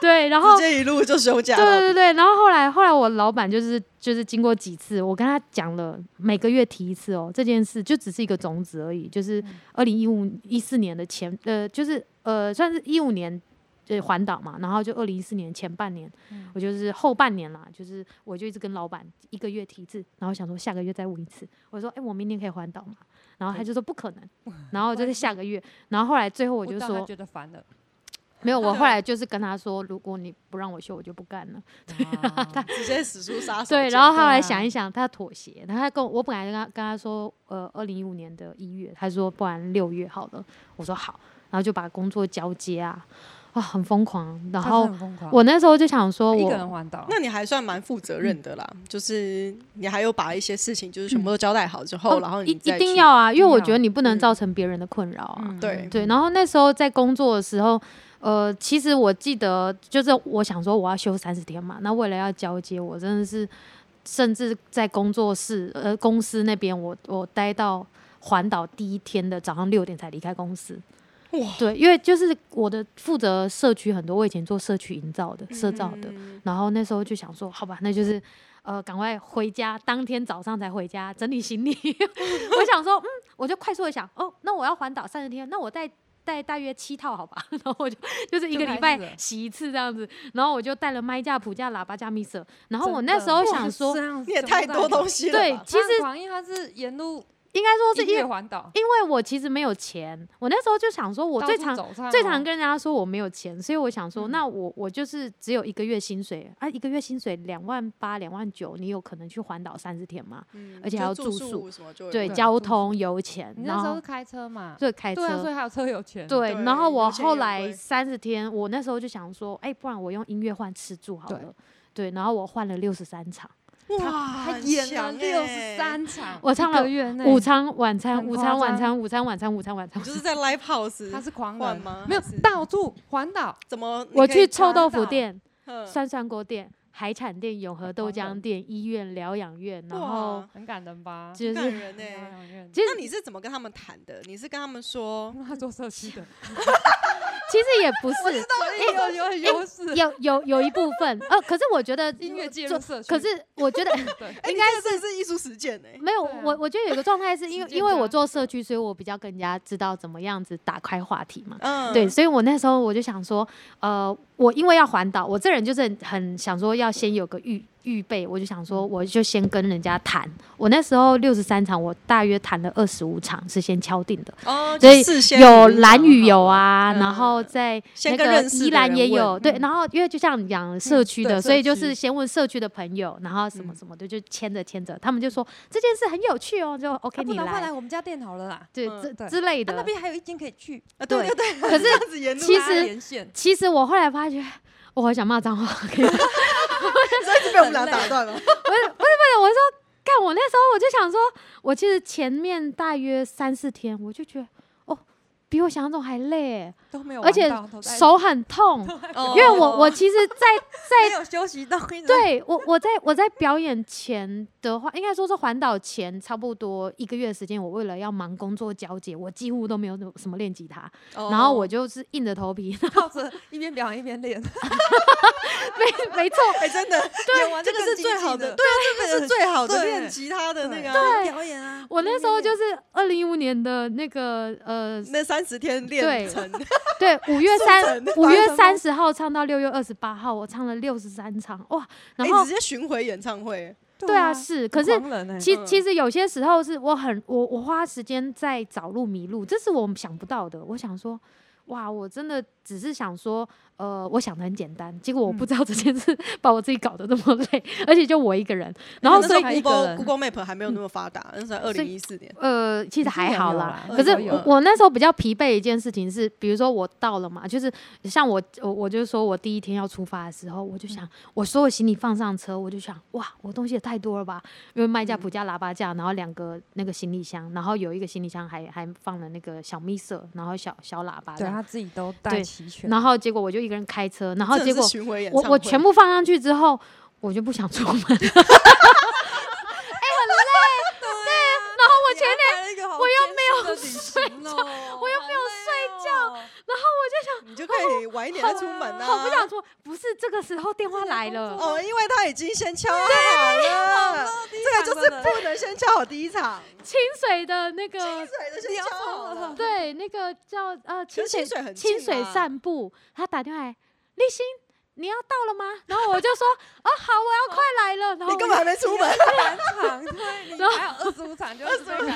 S5: 对，然后
S3: 直接一路就休假
S5: 对对
S3: 了。
S5: 对对，然后后来后来我老板就是就是经过几次，我跟他讲了每个月提一次哦，这件事就只是一个种子而已，就是二零一五一四年的前呃，就是呃算是一五年。呃环岛嘛，然后就二零一四年前半年，
S2: 嗯
S5: 我就是后半年啦，就是我就一直跟老板一个月提一次，然后想说下个月再问一次，我说哎、我明年可以环岛吗？ 然后他就说不可能，然后就是下个月，然后后来最后我就
S2: 到
S5: 说
S2: 他觉得烦了，
S5: 没有，我后来就是跟他说，如果你不让我修，我就不干了。
S2: 啊
S3: 直接使出杀手锏。
S5: 对，然后
S2: 对
S5: 后来
S2: 啊
S5: 想一想，他妥协，然后他跟我，我本来跟他跟他说，呃，二零一五年的一月，他说不然六月好了，我说好，然后就把工作交接啊，啊，很疯狂。
S2: 他真的
S5: 然后
S2: 很疯狂，
S5: 我那时候就想说
S2: 一
S5: 我，
S2: 个人环岛，
S3: 那你还算蛮负责任的啦，就是你还有把一些事情就是全部都交代好之后，
S5: 哦
S3: 然后
S5: 一
S3: 你再
S5: 一定
S3: 去
S5: 要啊，
S2: 一
S5: 因为
S2: 定
S5: 我
S2: 要
S5: 觉得你不能
S3: 嗯
S5: 造成别人的困扰啊。
S2: 嗯
S3: 对
S5: 对，然后那时候在工作的时候，呃，其实我记得就是我想说我要休三十天嘛，那为了要交接，我真的是甚至在工作室呃公司那边我，我待到环岛第一天的早上六点才离开公司。
S3: 哇，
S5: 对，因为就是我的负责社区很多，我以前做社区营造的、社造的，
S3: 嗯
S5: 然后那时候就想说，好吧，那就是呃，赶快回家，当天早上才回家整理行李。 我想说，嗯，我就快速的想，哦，那我要环岛三十天，那我带带大约七套好吧， 然后我就就是一
S2: 就
S5: 个
S2: 开
S5: 礼
S2: 始
S5: 拜
S2: 了
S5: 洗一次这样子，然后我就带了麦架、谱架、喇叭架、mixer，然后我
S2: 真
S5: 那
S2: 的
S5: 时候
S2: 哇
S5: 想说
S2: 这，样
S3: 你也
S2: 全部
S3: 太
S2: 带
S3: 多
S2: 走
S3: 东西了吧。
S5: 对， 其
S2: 他很
S5: 实
S2: 狂，因为他是沿路
S5: 应该说是
S2: 音
S5: 因
S2: 乐
S5: 为
S2: 环岛，
S5: 因为我其实没有钱，我那时候就想说，我
S2: 到
S5: 最
S2: 处
S5: 常
S2: 走唱
S5: 最
S2: 啊
S5: 常跟人家说我没有钱，所以我想说，
S2: 嗯
S5: 那我我就是只有一个月薪水啊，一个月薪水两万八、两万九，你有可能去环岛三十天吗？
S3: 嗯
S5: 而且还
S3: 就
S5: 要
S3: 住
S5: 住宿
S3: 什么就有
S5: 对，
S2: 对
S5: 交
S2: 住宿
S5: 通、油钱，
S2: 你
S5: 然
S2: 那时候是
S5: 后
S2: 开车嘛？
S5: 对开
S2: 对啊，所
S5: 车。
S2: 以还有车有钱。
S5: 对，
S3: 对
S5: 然后我
S3: 油钱
S5: 后
S3: 也
S5: 来
S3: 贵
S5: 三十天，我那时候就想说，哎、不然我用音乐换吃住好
S2: 对
S5: 了。对，然后我换了六十三场，
S3: 哇，
S2: 他
S3: 很
S2: 演了
S3: 强
S2: 六十
S3: 欸，
S2: 三场，
S5: 我唱了
S2: 一个月内
S5: 午，餐、晚餐、
S2: 很
S5: 午
S2: 夸
S5: 餐、晚
S2: 张
S5: 餐、午餐、晚餐、午餐、晚 餐
S3: 你就。是在 live
S2: 他
S3: house
S2: 是狂
S3: 换
S2: 人
S3: 吗？
S2: 没有
S3: 还是
S2: 到处环岛，
S3: 怎么你
S5: 我
S3: 可以
S5: 去臭
S3: 查
S5: 豆腐
S2: 到
S5: 店，
S3: 嗯
S5: 涮涮锅店、海产店、永和豆
S2: 狂
S5: 浆
S2: 人
S5: 店、医院、疗养院，然后
S3: 哇，
S2: 很感人吧？
S5: 就
S3: 感
S5: 是
S3: 人呢、
S2: 很感人
S5: 其实
S3: 那你是怎么跟他们谈的？你是跟他们说
S2: 因为他做社区 的，
S5: 其实也不是
S2: 有有有优势，
S5: 有有有一部分呃，可是我觉得
S2: 音乐界
S5: 做
S2: 入社区，
S5: 可是我觉得
S2: 对，
S3: 应该是是艺术实践欸呢、
S5: 没有，
S2: 对啊
S5: 我我觉得有一个状态是因为
S2: 实践
S5: 因为
S2: 家
S5: 我做社区，所以我比较跟人家知道怎么样子打开话题嘛。
S3: 嗯，
S5: 对，所以我那时候我就想说，呃，我因为要环岛，我这人就是很很想说要先有个预预备，我就想说
S2: 嗯
S5: 我就先跟人家谈。我那时候六十三场，我大约谈了二十五场是先敲定的，
S3: 哦，
S5: 所以
S3: 就事先
S5: 有
S3: 已经
S5: 蓝
S3: 讲
S5: 雨
S3: 好
S5: 有
S3: 了，
S5: 啊，
S3: 嗯
S5: 然后在
S3: 先
S5: 那
S3: 跟
S5: 个
S3: 认识
S5: 宜
S3: 的
S5: 兰
S3: 人
S5: 也
S3: 问嗯
S5: 有对，
S2: 嗯
S5: 然后因为就像讲社区
S3: 对
S5: 的，所以
S3: 社
S5: 就
S3: 区
S5: 是先问社区的朋友，然后什么
S3: 嗯
S5: 什么的就牵着牵着，他们就说这件事很有趣哦，
S3: 啊
S5: 就 OK
S2: 他啊不
S5: 你
S2: 能换
S5: 来
S2: 来，我们家店好了啦。
S5: 对
S3: 嗯
S5: 之
S2: 对
S5: 之类
S2: 啊那
S5: 的。
S2: 边还有一间可以去，
S3: 啊对
S5: 对
S3: 对对，
S5: 可是
S3: 这样子沿路
S5: 其
S3: 拉
S2: 拉
S5: 实
S2: 连线，
S5: 其实我后来发觉，我好想 骂脏话，可以吗
S3: 所以是被我们俩打断了。
S5: 不是不是不是，我说干，我那时候我就想说，我其实前面大约三四天，我就觉得哦，比我想象中还累
S3: 哦
S5: 欸，
S2: 都没有
S5: 而
S2: 玩
S5: 且
S2: 到，都在
S5: 手很痛，
S3: 因
S5: 因为我
S3: 哦
S5: 我其实，在
S2: 没有休息到，一直在
S5: 对啊我，我在我在表演前的话，应该说是环岛前差不多一个月的时间，我为了要忙工作交接，我几乎都没有什么练吉他，
S3: 哦
S5: 然后我就是硬着头皮，
S2: 靠着一边表演一边练，
S5: 没没错，
S3: 哎、真的，
S2: 对
S3: 这个是最好的， 对
S2: 对，
S3: 啊，这个是最好的
S2: 对
S3: 练吉他的那个啊、
S2: 对表演啊，
S5: 我那时候就是二零一五年的那个呃，
S3: 那三十天练
S5: 对
S3: 成，
S5: 对，五月三
S3: 顺承
S5: 五
S3: 白
S5: 月
S3: 什么
S5: 三十号唱到六月二十八号，我唱了六十三场，哇，
S3: 哎、
S5: 然后
S3: 直接巡回演唱会，
S5: 对啊是，可是
S2: 狂人欸
S5: 其
S3: 嗯
S5: 其实有些时候是我很我我花时间在找路迷路，这是我想不到的。我想说，哇，我真的只是想说，呃，我想的很简单，结果我不知道这件事 把我自己搞得这么累，而且就我一个人。然后
S3: 那
S5: 所
S3: 时
S5: 以
S3: 候
S2: 还一个
S3: Google
S2: 人
S3: Google Map 还没有那么发达，那是二零一四年。
S5: 呃，其
S2: 你
S5: 实
S2: 是
S5: 还
S2: 有
S5: 好
S2: 有
S5: 啦
S2: 啦。
S5: 可是
S3: 有有
S5: 我我那时候比较疲惫的一件事情是，比如说我到了嘛，就是像我我我就说我第一天要出发的时候，我就
S3: 嗯
S5: 想我所有行李放上车，我就想哇，我东西也太多了吧，因为卖
S3: 嗯
S5: 架、补架、喇叭架，然后两个那个行李箱，然后有一个行李箱还还放了那个小咪色，然后小小喇叭这
S2: 对
S3: 啊
S5: 样，
S2: 他自己都带
S5: 对
S2: 齐全，
S5: 然后结果我就一个人开车，然后
S3: 真的
S5: 结
S3: 是
S5: 果
S3: 巡回演唱
S5: 我
S3: 会，
S5: 我全部放上去之后，我就不想出门。
S2: 啊我前天我又没有睡觉，
S5: 啊
S2: 我又没有睡觉，
S3: 你就可以晚一点再出门啊。
S5: 哦我不想说，不是这个时候电话来了，
S3: 哦，因为他已经先敲好
S5: 啊
S3: 了，这个就是不能先敲好第一场，
S5: 清水的那个
S3: 清水的先敲好了。
S5: 对，那个叫呃清
S3: 是清
S5: 水
S3: 水很近
S5: 清水
S3: 啊
S5: 散步，他打电话来，立新，你要到了吗？ 然后我就说，哦好，我要快 来了。然
S3: 你
S5: 后我
S3: 根
S5: 就
S3: 本还没出门，
S2: 三场，对，你还有二十五场就二十五场，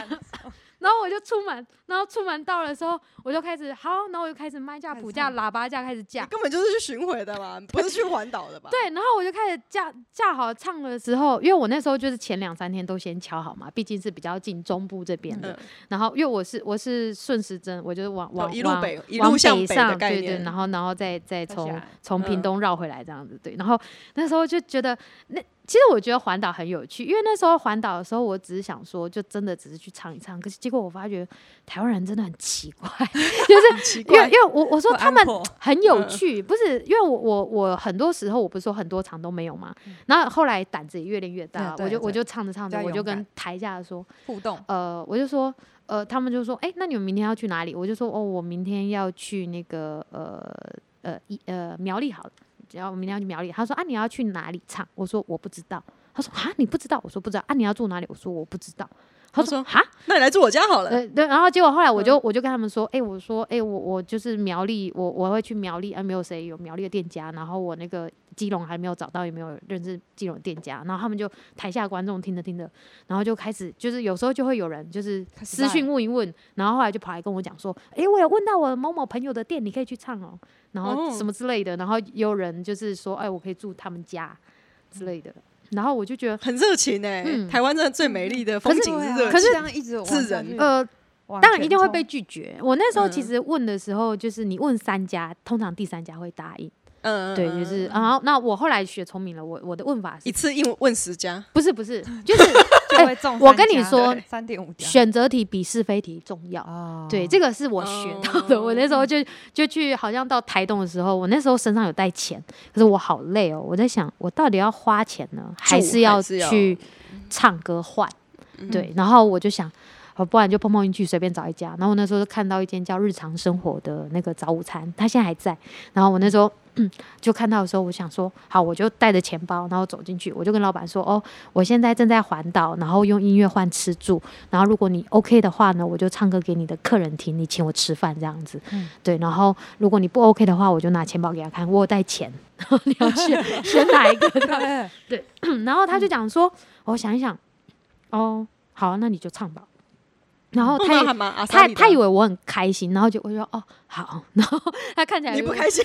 S5: 然后我就出门，然然后出门到的时候，我就开始好，然后我就开始麦架、
S2: 开始
S5: 谱架、
S2: 唱
S5: 喇叭架开始
S3: 你
S5: 架。
S3: 根本就是去巡回的吧？不是去环岛的吧？
S5: 对，然后我就开始架架好唱了之后，因为我那时候就是前两三天都先敲好嘛，毕竟是比较近中部这边的。
S3: 嗯，
S5: 然后因为我是我是顺时针，我就是往往
S3: 一路
S5: 往
S3: 北一
S5: 往
S3: 路向
S5: 北
S3: 北
S5: 上
S3: 的概
S5: 对对，
S3: 念
S5: 然。后然后再再
S2: 再
S5: 从
S2: 下来
S5: 从屏
S3: 嗯
S5: 东绕回来这样子，对。然后那时候就觉得那。其实我觉得环岛很有趣，因为那时候环岛的时候，我只是想说，就真的只是去唱一唱。可是结果我发觉台湾人真的很奇 怪，就是
S3: 很奇
S5: 因为
S3: 怪
S5: 因，为我我说
S2: 会
S5: 他们
S2: uncle
S5: 很有
S3: 嗯
S5: 趣，不是因为我我我很多时候我不是说很多场都没有嘛，然后后来胆子也越练越大，
S2: 嗯对
S5: 我就
S2: 对
S5: 我就唱着唱着，
S2: 比较
S5: 我就
S2: 勇敢
S5: 跟台下的说，
S2: 互动，
S5: 呃，我就说，呃，他们就说，哎、那你们明天要去哪里？我就说，哦，我明天要去那个呃呃一呃苗栗好了，只要我明天要去苗栗。他说啊，你要去哪里唱？我说我不知道。他说啊，你不知道？我说不知道。啊，你要住哪里？我说我不知道。他
S3: 我
S5: 说
S3: 说
S5: 啊，
S3: 那你来住我家好了。
S5: 呃对，然后结果后来
S2: 嗯
S5: 我就、我就跟他们说，哎、我说哎、我我就是苗栗，我我会去苗栗啊，没有谁有苗栗的店家，然后我那个基隆还没有找到，也没有认识基隆的店家，然后他们就台下观众听着听着，然后就开始就是有时候就会有人就是
S2: 开始
S5: 私讯问一问，然后后来就跑来跟我讲说，哎、我有问到我某某朋友的店，你可以去唱哦，然后
S3: 哦
S5: 什么之类的，然后也有人就是说，哎、我可以住他们家
S2: 嗯
S5: 之类的，然后我就觉得。
S3: 很热情哎、
S5: 嗯
S3: 台湾真的最美丽的风景是热
S2: 可
S3: 情。
S5: 啊
S2: 是这样一直往
S3: 自
S2: 下
S3: 人
S2: 去
S5: 呃，
S2: 往
S5: 当然一
S2: 前
S5: 定会
S2: 冲
S5: 被拒绝。我那时候其
S3: 嗯
S5: 实问的时候，就是你问三家，通常第三家会答应。
S3: 嗯，
S5: 对，就是啊然后那我后来学聪明了，我我的问法
S3: 一
S5: 是
S3: 次应问十家，
S5: 不是不是， 就是
S2: 就
S5: 哎
S2: 会中三家。
S5: 我跟你说
S2: 三点五家
S5: 选择题比是非题重要。
S3: 哦
S2: 啊
S5: 对，这个是我学到的。我那时候就就去，好像到台东的时候，我那时候身上有带钱，可是我好累哦。我在想，我到底要花钱呢，还
S3: 住
S5: 是要
S3: 还是要嗯
S5: 去唱歌换？对，然后我就想。哦，不然就碰碰运气，随便找一家。然后我那时候就看到一间叫“日常生活”的那个早午餐，他现在还在。然后我那时候、 嗯、就看到的时候，我想说，好，我就带着钱包，然后走进去，我就跟老板说，哦，我现在正在环岛，然后用音乐换吃住，然后如果你 OK 的话呢，我就唱歌给你的客人听，你请我吃饭这样子。
S2: 嗯
S5: 对，然后如果你不 OK 的话，我就拿钱包给他看，我有带钱，然后你要选选哪一个 这样
S2: 对
S5: 然后他
S3: 嗯
S5: 就讲说，我、想一想，哦，好，那你就唱吧。然后他
S3: 那还
S5: 也。
S3: 蛮阿萨
S5: 他
S3: 利的
S5: 他以为我很开心，然后就我就说哦好， 然后他看起来
S3: 你
S5: 有
S3: 不
S5: 点
S3: 开 心，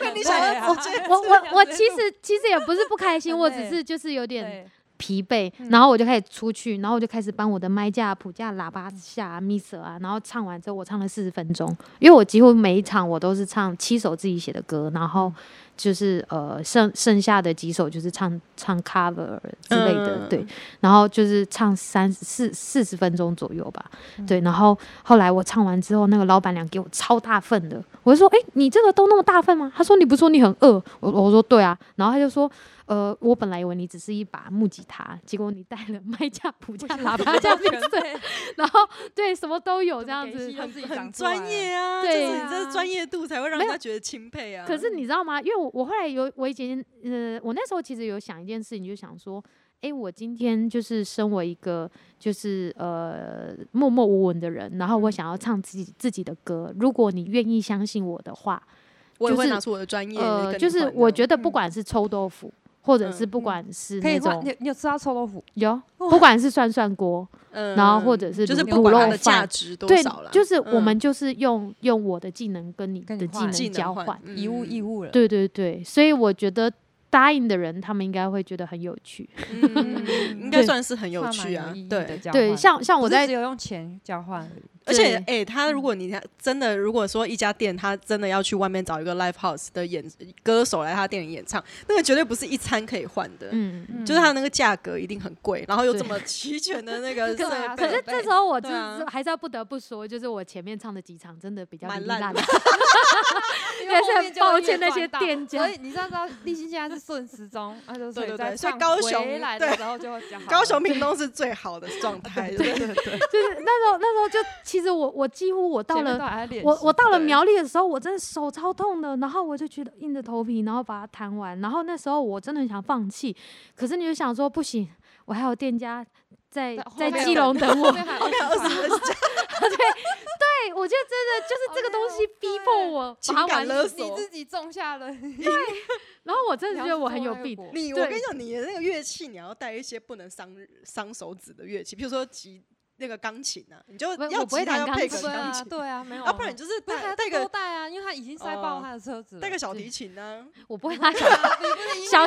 S3: 因为你想
S2: 对
S3: 要
S2: 啊
S3: 走这
S5: 我我我
S2: 这
S5: 其实其实也不是不 开心，
S2: 很
S5: 我
S2: 累
S5: 只是就是有点
S2: 对
S5: 疲惫，
S3: 嗯
S5: 然后我就开始出去，然后我就开始帮我的麦架、谱架、喇叭下、啊、mixer 啊，然后唱完之后，我唱了四十分钟，因为我几乎每一场我都是唱七首自己写的歌，然
S3: 嗯
S5: 后就是呃剩剩下的几首就是唱唱 cover 之类的，
S3: 嗯
S5: 对，然后就是唱三四四十分钟左右吧，
S3: 嗯
S5: 对，然后后来我唱完之后，那个老板娘给我超大份的，我就说，哎、你这个都那么大份吗？他说你不是说你很饿，我我说对啊，然后他就说，呃，我本来以为你只是一把木吉他，结果你带了麦架、谱架、喇叭架、
S2: 全
S5: 对，啊然后对什么都有这样子，
S2: 很
S3: 很 专业。啊，
S5: 对
S3: 就是你这个专业度才会让
S5: 没
S3: 人
S5: 有
S3: 家觉得钦佩啊。
S5: 可是你知道吗？因为我我后来有我以前呃，我那时候其实有想一件事情，就想说，诶，我今天就是身为一个就是呃默默无闻的人，然后我想要唱自己自己的歌，如果你愿意相信我的话，
S3: 我也
S5: 就
S3: 会
S5: 是
S3: 拿出我的专业，
S5: 呃，就是我觉
S3: 得
S5: 得不管是臭豆腐，或者
S3: 嗯
S5: 是不
S2: 嗯
S5: 管是
S2: 可以
S5: 那
S2: 换
S5: 种
S2: 你，你有吃到臭豆腐？
S5: 有，
S2: 哇
S5: 不管是涮涮锅，
S3: 嗯
S5: 然后或者是
S3: 就是
S5: 卤
S3: 不管
S5: 肉
S3: 它的价
S5: 饭
S3: 值多
S5: 对
S3: 少啦，，
S5: 就是我
S3: 嗯
S5: 们就是用用我的技能跟你
S2: 跟
S5: 的
S2: 你
S5: 技
S2: 换
S5: 能交换。
S3: 嗯
S2: 一物一
S3: 物，
S2: 物了，
S5: 对对对，所以我觉得答应的人，他们应该会觉得很有趣。
S3: 嗯 应该
S5: 对
S3: 算是很有
S2: 算蛮
S3: 趣啊
S2: 意义，的
S3: 对。
S2: 交
S5: 对，
S2: 换
S5: 像像
S2: 不
S5: 我
S2: 是
S5: 在
S2: 只有用钱交换，
S3: 而且，
S5: 对
S3: 哎、他如果你真的，如果说一家店，他真的要去外面找一个 live house 的演歌手来他店里演唱，那个绝对不是一餐可以换的，
S5: 嗯，
S3: 就是它那个价格一定很贵，然后又
S5: 对啊
S3: 这么齐全的那 个
S2: 可是
S3: 设备
S5: 可是
S2: 对
S5: 这时候我就
S3: 对啊
S5: 是还是要不得不说，就是我前面唱的几场真的比较
S3: 蛮
S5: 哩哩
S3: 烂
S5: 啦
S3: 的
S5: 啦
S2: 因为后面就会越
S5: 但是很抱歉那
S2: 赚
S5: 些
S2: 到
S5: 店家
S2: 所以你知道，知道立新现在是顺时钟，啊，就
S3: 对对
S2: 在
S3: 对所以
S2: 唱
S3: 高雄
S2: 回来的
S3: 对
S2: 时候就会比较好了
S3: 高雄屏东是最好的状态，对对对，
S5: 就是那时候那时候就其实我我几乎我到
S2: 前面
S5: 了
S2: 都。还在练习
S5: 我我到了
S3: 对
S5: 苗栗的时候，我真的手超痛的，然后我就觉得硬着头皮，然后把它弹完。然后那时候我真的很想放弃，可是你就想说不行，我还有店家在
S2: 在后
S5: 在
S2: 面
S5: 基
S2: 等
S5: 隆等我
S2: 后。面还有
S3: 后面有
S2: 20
S3: 二十个
S5: 对，我觉得真的就是这个东西逼迫我
S3: 情
S5: 把它
S3: 感
S5: 完
S3: 勒
S2: 你
S3: 索
S2: 自。己种下 了，
S5: 然后我真的觉
S2: 你
S5: 得
S2: 要
S5: 我
S2: 是
S5: 很
S2: 种那
S5: 有
S2: 个
S5: 病，
S2: 果
S3: 你我
S5: 对
S3: 跟你讲，你的那个乐器你要带一些不能伤伤手指的乐器，比如说吉那个钢琴啊，你就
S5: 不
S3: 要
S5: 我不会
S3: 吉他
S5: 弹
S3: 要
S5: 钢
S3: 配
S5: 琴
S3: 个
S2: 对
S3: 钢
S2: 啊，
S3: 琴，
S2: 对啊，没有啊，
S3: 要不然你就是
S2: 不是
S3: 带
S2: 还
S3: 带
S2: 多
S3: 个哦
S2: 带啊，因为他已经塞爆他的车子了，
S3: 带个小提琴啊，
S5: 我不会拉小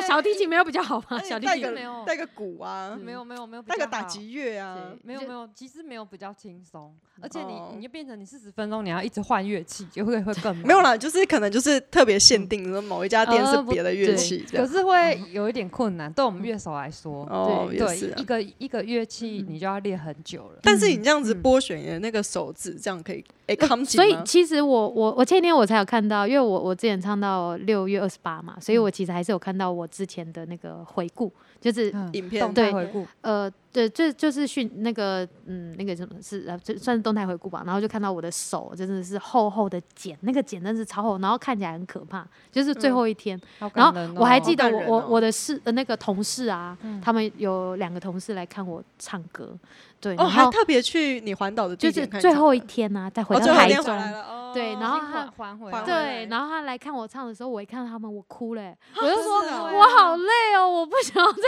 S5: 小小提琴没有比较好吗？
S3: 哎
S5: 小提
S3: 带
S5: 琴
S3: 个
S2: 没有
S3: 带个鼓啊，
S2: 没有没有没有比
S3: 带个
S2: 较
S3: 打
S2: 好
S3: 击乐啊，
S2: 没有
S5: 就
S2: 没有，其实没有比较轻松，而且你、
S3: 哦
S2: 你就变成你四十分钟你要一直换乐器，就会会 更忙
S3: 没有。啦，就是可能就是特别限定，说某一家店是
S2: 呃不
S3: 别的乐器这
S2: 可
S3: 样。
S2: 是会有一点困难，对我
S3: 嗯
S2: 们乐手来说，
S3: 哦，
S5: 对
S3: 也
S2: 对
S3: 是啊
S2: 一。个一个乐
S3: 嗯
S2: 器你就要练很久了。
S3: 但是你这样子
S5: 嗯
S3: 剥选的那个手指，这样可以哎，康吉
S5: 所以嗯
S3: 吗
S5: 其实我我我前天我才有看到，因为我我之前唱到六月二十八嘛，所以我其实还是有看到我之前的那个回顾，就是
S2: 嗯，
S3: 影片
S2: 动态
S5: 对
S2: 回顾，
S5: 呃，对，这就是训那个嗯那个什么是啊，这算是动态回顾吧。然后就看到我的手真的是厚厚的茧，那个茧真是超厚，然后看起来很可怕，就是最后一天。
S2: 好感
S5: 然后
S2: 人哦
S5: 我还记得
S3: 好嗯感
S5: 我
S3: 人
S5: 我
S3: 哦
S5: 我的室呃那个同事啊，
S2: 嗯
S5: 他们有两个同事来看我唱歌，对，
S3: 哦，
S5: 然
S3: 还
S5: 后
S3: 特别去你环岛的地
S5: 就是
S3: 点看
S5: 最后一
S3: 场
S5: 天呐、啊，再
S3: 哦
S5: 回到
S3: 最后一
S5: 台
S3: 天
S5: 中
S3: 回。来了哦，
S5: 对然后
S2: 先
S5: 他
S2: 还还回
S3: 还
S2: 来，
S3: 回
S5: 对
S3: 来，
S5: 然后他来看我唱的时候，我一看到他们，我哭嘞、
S3: 啊我就说
S2: 啊
S5: 我好累哦，我不想要再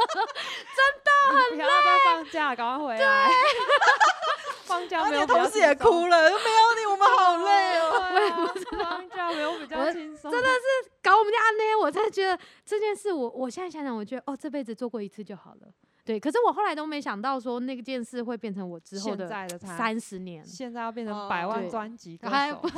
S2: 不要再放假，赶快回来。放假
S3: 他
S2: 没
S3: 的
S2: 有，
S3: 同事也哭。了，没有你我们好累哦。
S2: 我也不知道，啊放假没有比较
S5: 我
S2: 轻松，真的
S5: 搞我们家呢，我才觉得这件事我，我现在想想，我觉得哦，这辈子做过一次就好了。对，可是我后来都没想到说那件事会变成我之后
S2: 现
S5: 的
S2: 在的他
S5: 三十年，
S2: 现在要变
S3: 哦
S2: 成百万
S5: 对
S2: 专辑歌
S5: 哎
S2: 手
S5: 不，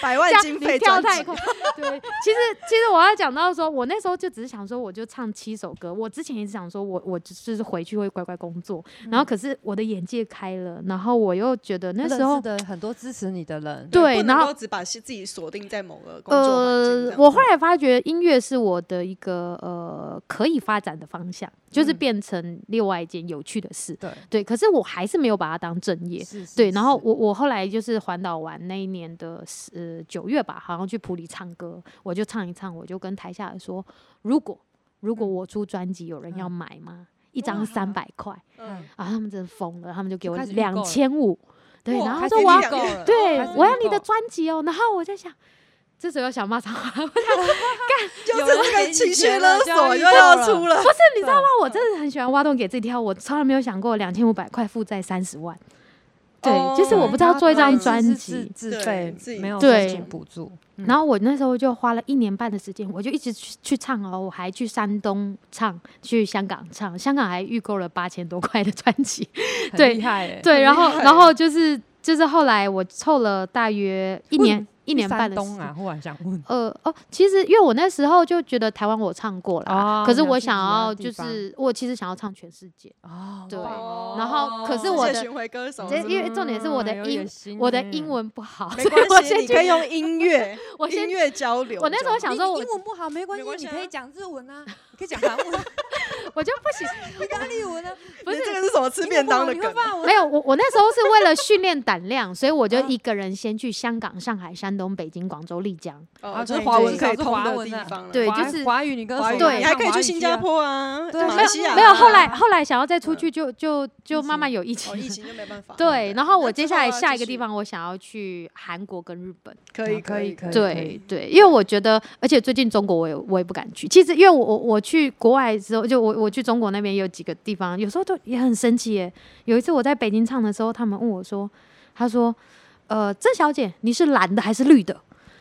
S3: 百万
S5: 这样
S3: 经
S5: 你
S3: 费
S5: 跳
S3: 专
S5: 太
S3: 辑
S5: 快。对，其实其实我要讲到说，我那时候就只是想说，我就唱七首歌。我之前一直想说我我就是回去会乖乖工作，
S2: 嗯
S5: 然后可是我的眼界开了，然后我又觉得那时
S2: 认
S5: 候
S2: 识的很多支持你的人，
S5: 对，
S3: 不
S5: 然
S3: 能
S5: 后
S3: 够只把自己锁定在某个工作环境这样子。
S5: 呃我后来发觉音乐是我的一个呃可以发展的方向，就是
S2: 嗯
S5: 变成另外一件有趣的事。
S2: 对
S5: 对，可是我还是没有把它当正业。
S2: 是是
S5: 对，然后
S2: 是
S5: 我我后来就是环岛完那一年的十呃九月吧，好像去普里唱歌，我就唱一唱，我就跟台下人说，如果如果我出专辑，有人要买吗？一张三百块，
S3: 嗯，
S5: 啊，他们真的疯了，他们就给
S2: 就
S5: 我
S2: 开始预购
S5: 两
S2: 了
S5: 千五，对，
S3: 哇
S5: 然后
S3: 开
S5: 他说
S3: 始
S5: 我要
S3: 预购了
S5: 对
S2: 哦开始，
S5: 我要
S2: 预
S5: 你的
S2: 购
S5: 专辑哦。然后我在想，这时候要 想骂脏话，我
S3: 就是这个情绪勒索
S2: 有人给你钱了就
S3: 又
S2: 要
S3: 要出了，
S5: 你
S2: 啊
S5: 知道吗？我真的很喜欢挖洞给自己跳，我从来没有想过两千五百块负债三十万。对，就是
S3: 哦
S5: 我不知道
S2: 他
S5: 做一张
S2: 他
S5: 专
S2: 是自
S5: 辑，
S2: 自
S3: 对
S2: 费
S3: 自，己
S2: 没有
S5: 对
S2: 申请补助，嗯
S5: 然后我那时候就花了一年半的时间，我就一直去去唱哦，我还去山东唱，去香港唱，香港还预购了八千多块的专 辑，
S2: 很
S5: 对
S2: 厉害欸，
S5: 对，然
S3: 厉
S5: 后
S3: 害
S5: 然后就是就是后来我凑了大约一
S2: 为
S5: 年一
S2: 去
S5: 年半
S2: 山
S5: 的时
S2: 东
S5: 间
S2: 啊，忽然想问，
S5: 呃哦，其实因为我那时候就觉得台湾我唱过了啊，
S2: 哦
S5: 可是
S2: 你要
S5: 我
S2: 去其
S5: 想
S2: 他
S5: 要
S2: 地
S5: 就
S2: 方
S5: 是我其实想要唱全世界，
S2: 哦嗯
S5: 对
S3: 哦
S5: 然后可是
S3: 世
S5: 我
S3: 界
S5: 的
S3: 巡回歌手
S5: 这因为重点是我的英我的英，
S2: 哇
S5: 文不好，
S3: 嗯没
S5: 所以我
S3: 关系，
S5: 先
S3: 你
S5: 去
S3: 可以用音乐，
S5: 我先
S3: 音乐交流。
S5: 我那时候
S2: 有
S5: 想
S2: 野心欸
S5: 说
S2: 你
S5: 我
S2: 你英文不好没关
S3: 没关
S2: 系，
S3: 系
S2: 你
S3: 啊
S2: 可以讲日文啊，你可以讲韩 文啊，
S5: 我就不行，
S2: 意大利文啊，
S5: 不是
S3: 你这个是什么吃便当的
S2: 英文
S3: 梗啊
S2: 不好你会法文
S5: 没有我我那时候是为了训练胆量，所以
S3: 嗯
S5: 我就一个人先去香港、上海、山东、北京、广州、丽江，
S3: 啊？
S2: 啊
S3: 就是
S2: 对
S3: 华文
S2: 对
S3: 可以
S2: 是
S3: 通
S2: 华
S3: 的
S2: 文
S3: 地
S2: 啊
S3: 方了。
S5: 对
S2: 华
S5: 就是
S2: 华语你歌
S3: 华
S2: 手，
S3: 语
S5: 对
S3: 啊你还可以
S2: 上华
S3: 去
S2: 语
S3: 新
S2: 区
S3: 加
S2: 啊，
S3: 坡啊，
S2: 对
S3: 马
S5: 没
S3: 来
S5: 有
S3: 西亚啊。
S5: 没有，后来后来想要再出去就就就慢慢有疫
S3: 哦，疫
S5: 情。
S3: 情就没办法。
S5: 对，然后我
S3: 那
S5: 接
S3: 之
S5: 下来
S3: 啊
S5: 下一
S3: 继
S5: 个
S3: 续
S5: 地方，我想要去韩国跟日本。
S3: 可以
S2: 啊可以可以
S5: 对对，因为我觉得，而且最近中国我也我也不敢去。其实因为我我我去国外的时候，就我我去中国那边也有几个地方，有时候都也很神奇耶。有一次我在北京唱的时候，他们问我说，他说，呃，郑小姐你是蓝的还是绿的？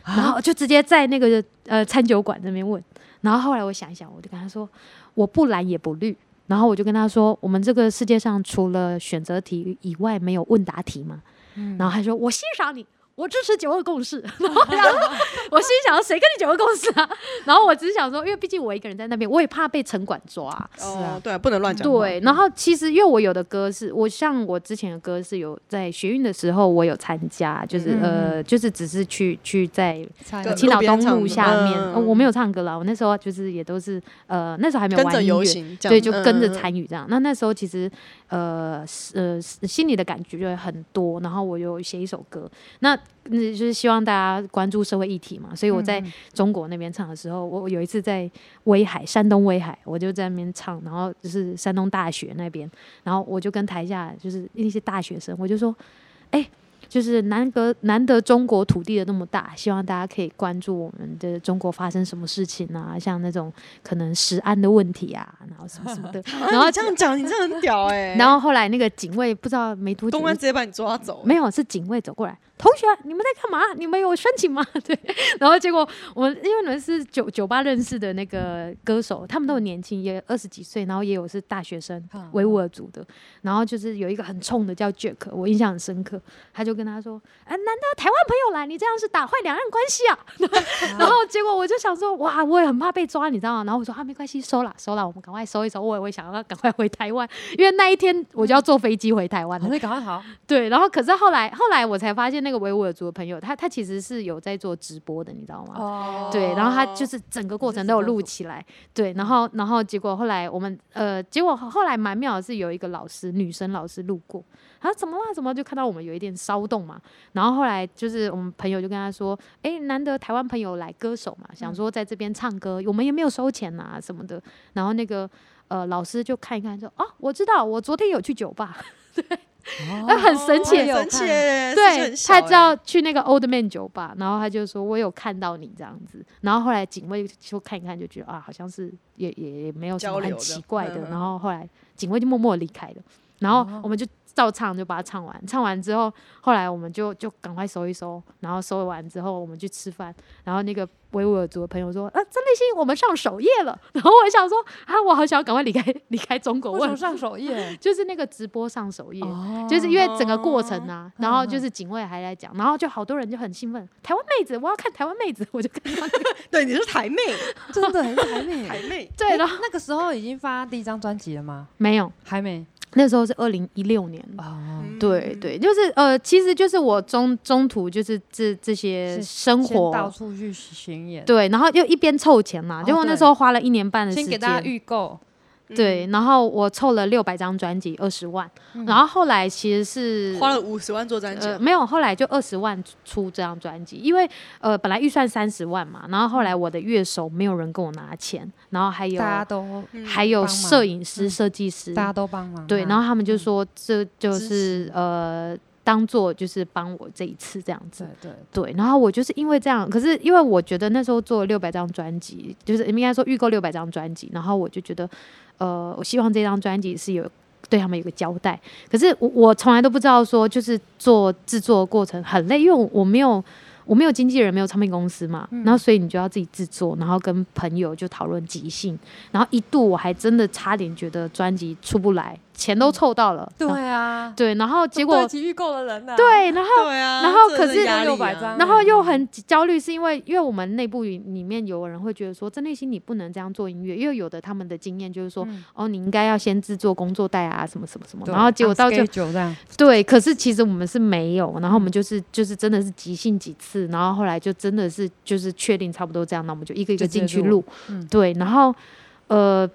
S5: 然
S2: 啊
S5: 后就直接在那个呃餐酒馆那边问。然后后来我想一想，我就跟他说，我不蓝也不绿。然后我就跟他说，我们这个世界上除了选择题以外，没有问答题吗？
S2: 嗯
S5: 然后他说：“我欣赏你，我支持九二共识。”然后然后 我心想：“谁跟你九二共识啊？” 然后我只是想说，因为毕竟我一个人在那边，我也怕被城管抓、
S2: 是啊
S3: 哦，对啊，不能乱讲话。
S5: 对，然后其实因为我有的歌是我像我之前的歌是有在学运的时候，我有参加，就是、
S2: 嗯
S5: 呃，就是只是去去在
S2: 参
S5: 呃
S3: 对
S5: 青岛东路下
S3: 路边
S5: 面、
S3: 唱的
S5: 呃我没有唱歌啦，我那时候就是也都是呃那时候还没有
S3: 跟
S5: 玩
S3: 着
S5: 音乐
S3: 游，行，这样
S5: 对，就跟着
S3: 嗯嗯嗯
S5: 参与这样。那那时候其实呃是呃是心里的感觉就会很多，然后我有写一首歌，那嗯就是希望大家关注社会议题嘛，所以我在
S2: 嗯嗯
S5: 中国那边唱的时候，我我有一次在威海，山东威海，我就在那边唱，然后就是山东大学那边，然后我就跟台下就是那些大学生，我就说，哎、就是难得难得中国土地的那么大，希望大家可以关注我们的中国发生什么事情啊，像那种可能食安的问题啊，然后什么什么的。然后
S3: 嗯啊你这样讲，你这样很屌哎、
S5: 然后后来那个警卫不知道没多久
S3: 公
S5: 就
S3: 安直接把你抓走，
S5: 没有，是警卫走过来，同学，你们在干嘛？你们有申请吗？ 对，然后结果我们因为你们是酒酒吧认识的那个歌手，他们都很年轻，也二十几岁，然后也有是大学生
S2: 嗯，
S5: 维吾尔族的，然后就是有一个很冲的叫 Jack，我印象很深刻，他就跟他说，啊，难得台湾朋友来，你这样是打坏两岸关系啊。 然后结果我就想说，哇，我也很怕被抓，你知道吗？然后我说啊，没关系，收啦收啦，我们赶快收一收，我也会想要赶快回台湾，因为那一天我就要坐飞机回台湾了
S2: 好，。所以赶快逃。
S5: 对，然后可是后来后来我才发现，那个维吾尔族的朋友，他他其实是有在做直播的，你知道吗？
S2: 哦
S5: 对，然后他就是整个过程都有录起来，对，然后然后结果后来我们呃，结果后来蛮妙的是有一个老师，女生老师路过，她说怎么啦怎么啦，就看到我们有一点骚动嘛，然后后来就是我们朋友就跟她说，哎，难得台湾朋友来歌手嘛，想说在这边唱歌，我们也没有收钱呐、什么的，然后那个呃老师就看一看说，哦，我知道，我昨天有去酒吧，
S2: 哦
S5: 那很神奇，
S3: 很神奇耶、欸，
S5: 对，他
S3: 他
S5: 知道去那个 Old Man 酒吧，然后他就说我有看到你这样子，然后后来警卫就看一看，就觉得啊，好像是也也也没有什么
S3: 交流的
S5: 很奇怪的，
S3: 嗯嗯哦
S5: 然后后来警卫就默默离开了，然后我们就照唱，就把它唱完，唱完之后，后来我们就就赶快收一收，然后收完之后我们去吃饭，然后那个维吾尔族的朋友说，啊，真的心我们上首页了， 然后我想说啊，我好想要赶快离开离开中国，
S2: 为什么
S5: 问
S2: 上首 页？
S5: 就是那个直播上首页。
S2: 哦
S5: 就是因为整个过程啊，然后就
S2: 嗯
S5: 是警卫还在讲，然后就好多人就很兴奋，台湾妹子，我要看台湾妹子， 我就看到那个
S3: 对你是台妹，
S2: 真的很还没
S3: 台妹，
S5: 对，然后
S2: 那个时候已经发第一张专辑了吗？
S5: 没有，
S2: 还没
S5: 那时候是二零一六年，
S2: 哦，
S5: 嗯
S3: 嗯
S5: 对对，就是呃，其实就是我中中途就是这这些
S2: 是
S5: 生
S2: 先到
S5: 活，
S2: 处去巡演，，
S5: 对，然后又一边凑钱嘛，
S2: 哦
S5: 结果那时候花了一年半的时
S2: 先给大家
S5: 间，
S2: 预购，
S3: 嗯
S5: 对，然后我凑了六百张专辑，二十万，然后后来其实是
S3: 花了五十万做专辑、
S2: 啊
S3: 啊
S5: 呃，没有，后来就二十万出这张专辑，因为呃本来预算三十万嘛，然后
S2: 嗯
S5: 后来我的乐手没有人跟我拿钱，然后还有
S2: 大家都
S3: 嗯
S5: 还有
S2: 帮忙
S5: 摄影师、
S2: 嗯
S5: 设计师，
S2: 大家都帮忙啊，
S5: 对，然后他们就
S2: 嗯
S5: 说这就
S2: 支
S5: 是呃当做就是帮我这一次这样子
S2: 对，对
S5: 对，然后我就是因为这样，可是因为我觉得那时候做了六百张专辑，就是应该说预购六百张专辑，然后我就觉得，呃，我希望这张专辑是有对他们有个交代。可是我我从来都不知道说，就是做制作的过程很累，因为我我没有我没有经纪人，没有唱片公司嘛，然后所以你就要自己制作，然后跟朋友就讨论即兴，然后一度我还真的差点觉得专辑出不来，钱都凑到了，然后
S2: 对啊，
S5: 对，然后结
S2: 对
S5: 果
S2: 齐预购的人呢？，
S5: 对，然后。
S3: 对啊，
S5: 然后
S3: 这
S5: 可是
S3: 压力啊
S2: 600张
S5: 然后又很焦虑，是因为因为我们内部里面有人会觉得说，郑立新你不能这样做音乐，因为有的他们的经验就是说，
S2: 嗯
S5: 哦，你应该要先制作工作带啊，什么什么什么，
S2: 对
S5: 然后结果到最
S2: on schedule 这样，
S5: 对，可是其实我们是没有，然后我们就是
S2: 嗯
S5: 就是真的是即兴几次，然后后来就真的是就是确定差不多这样，那我们就一个一个
S2: 就直接
S5: 进去
S2: 录
S5: 录，
S2: 嗯
S5: 对，然后呃，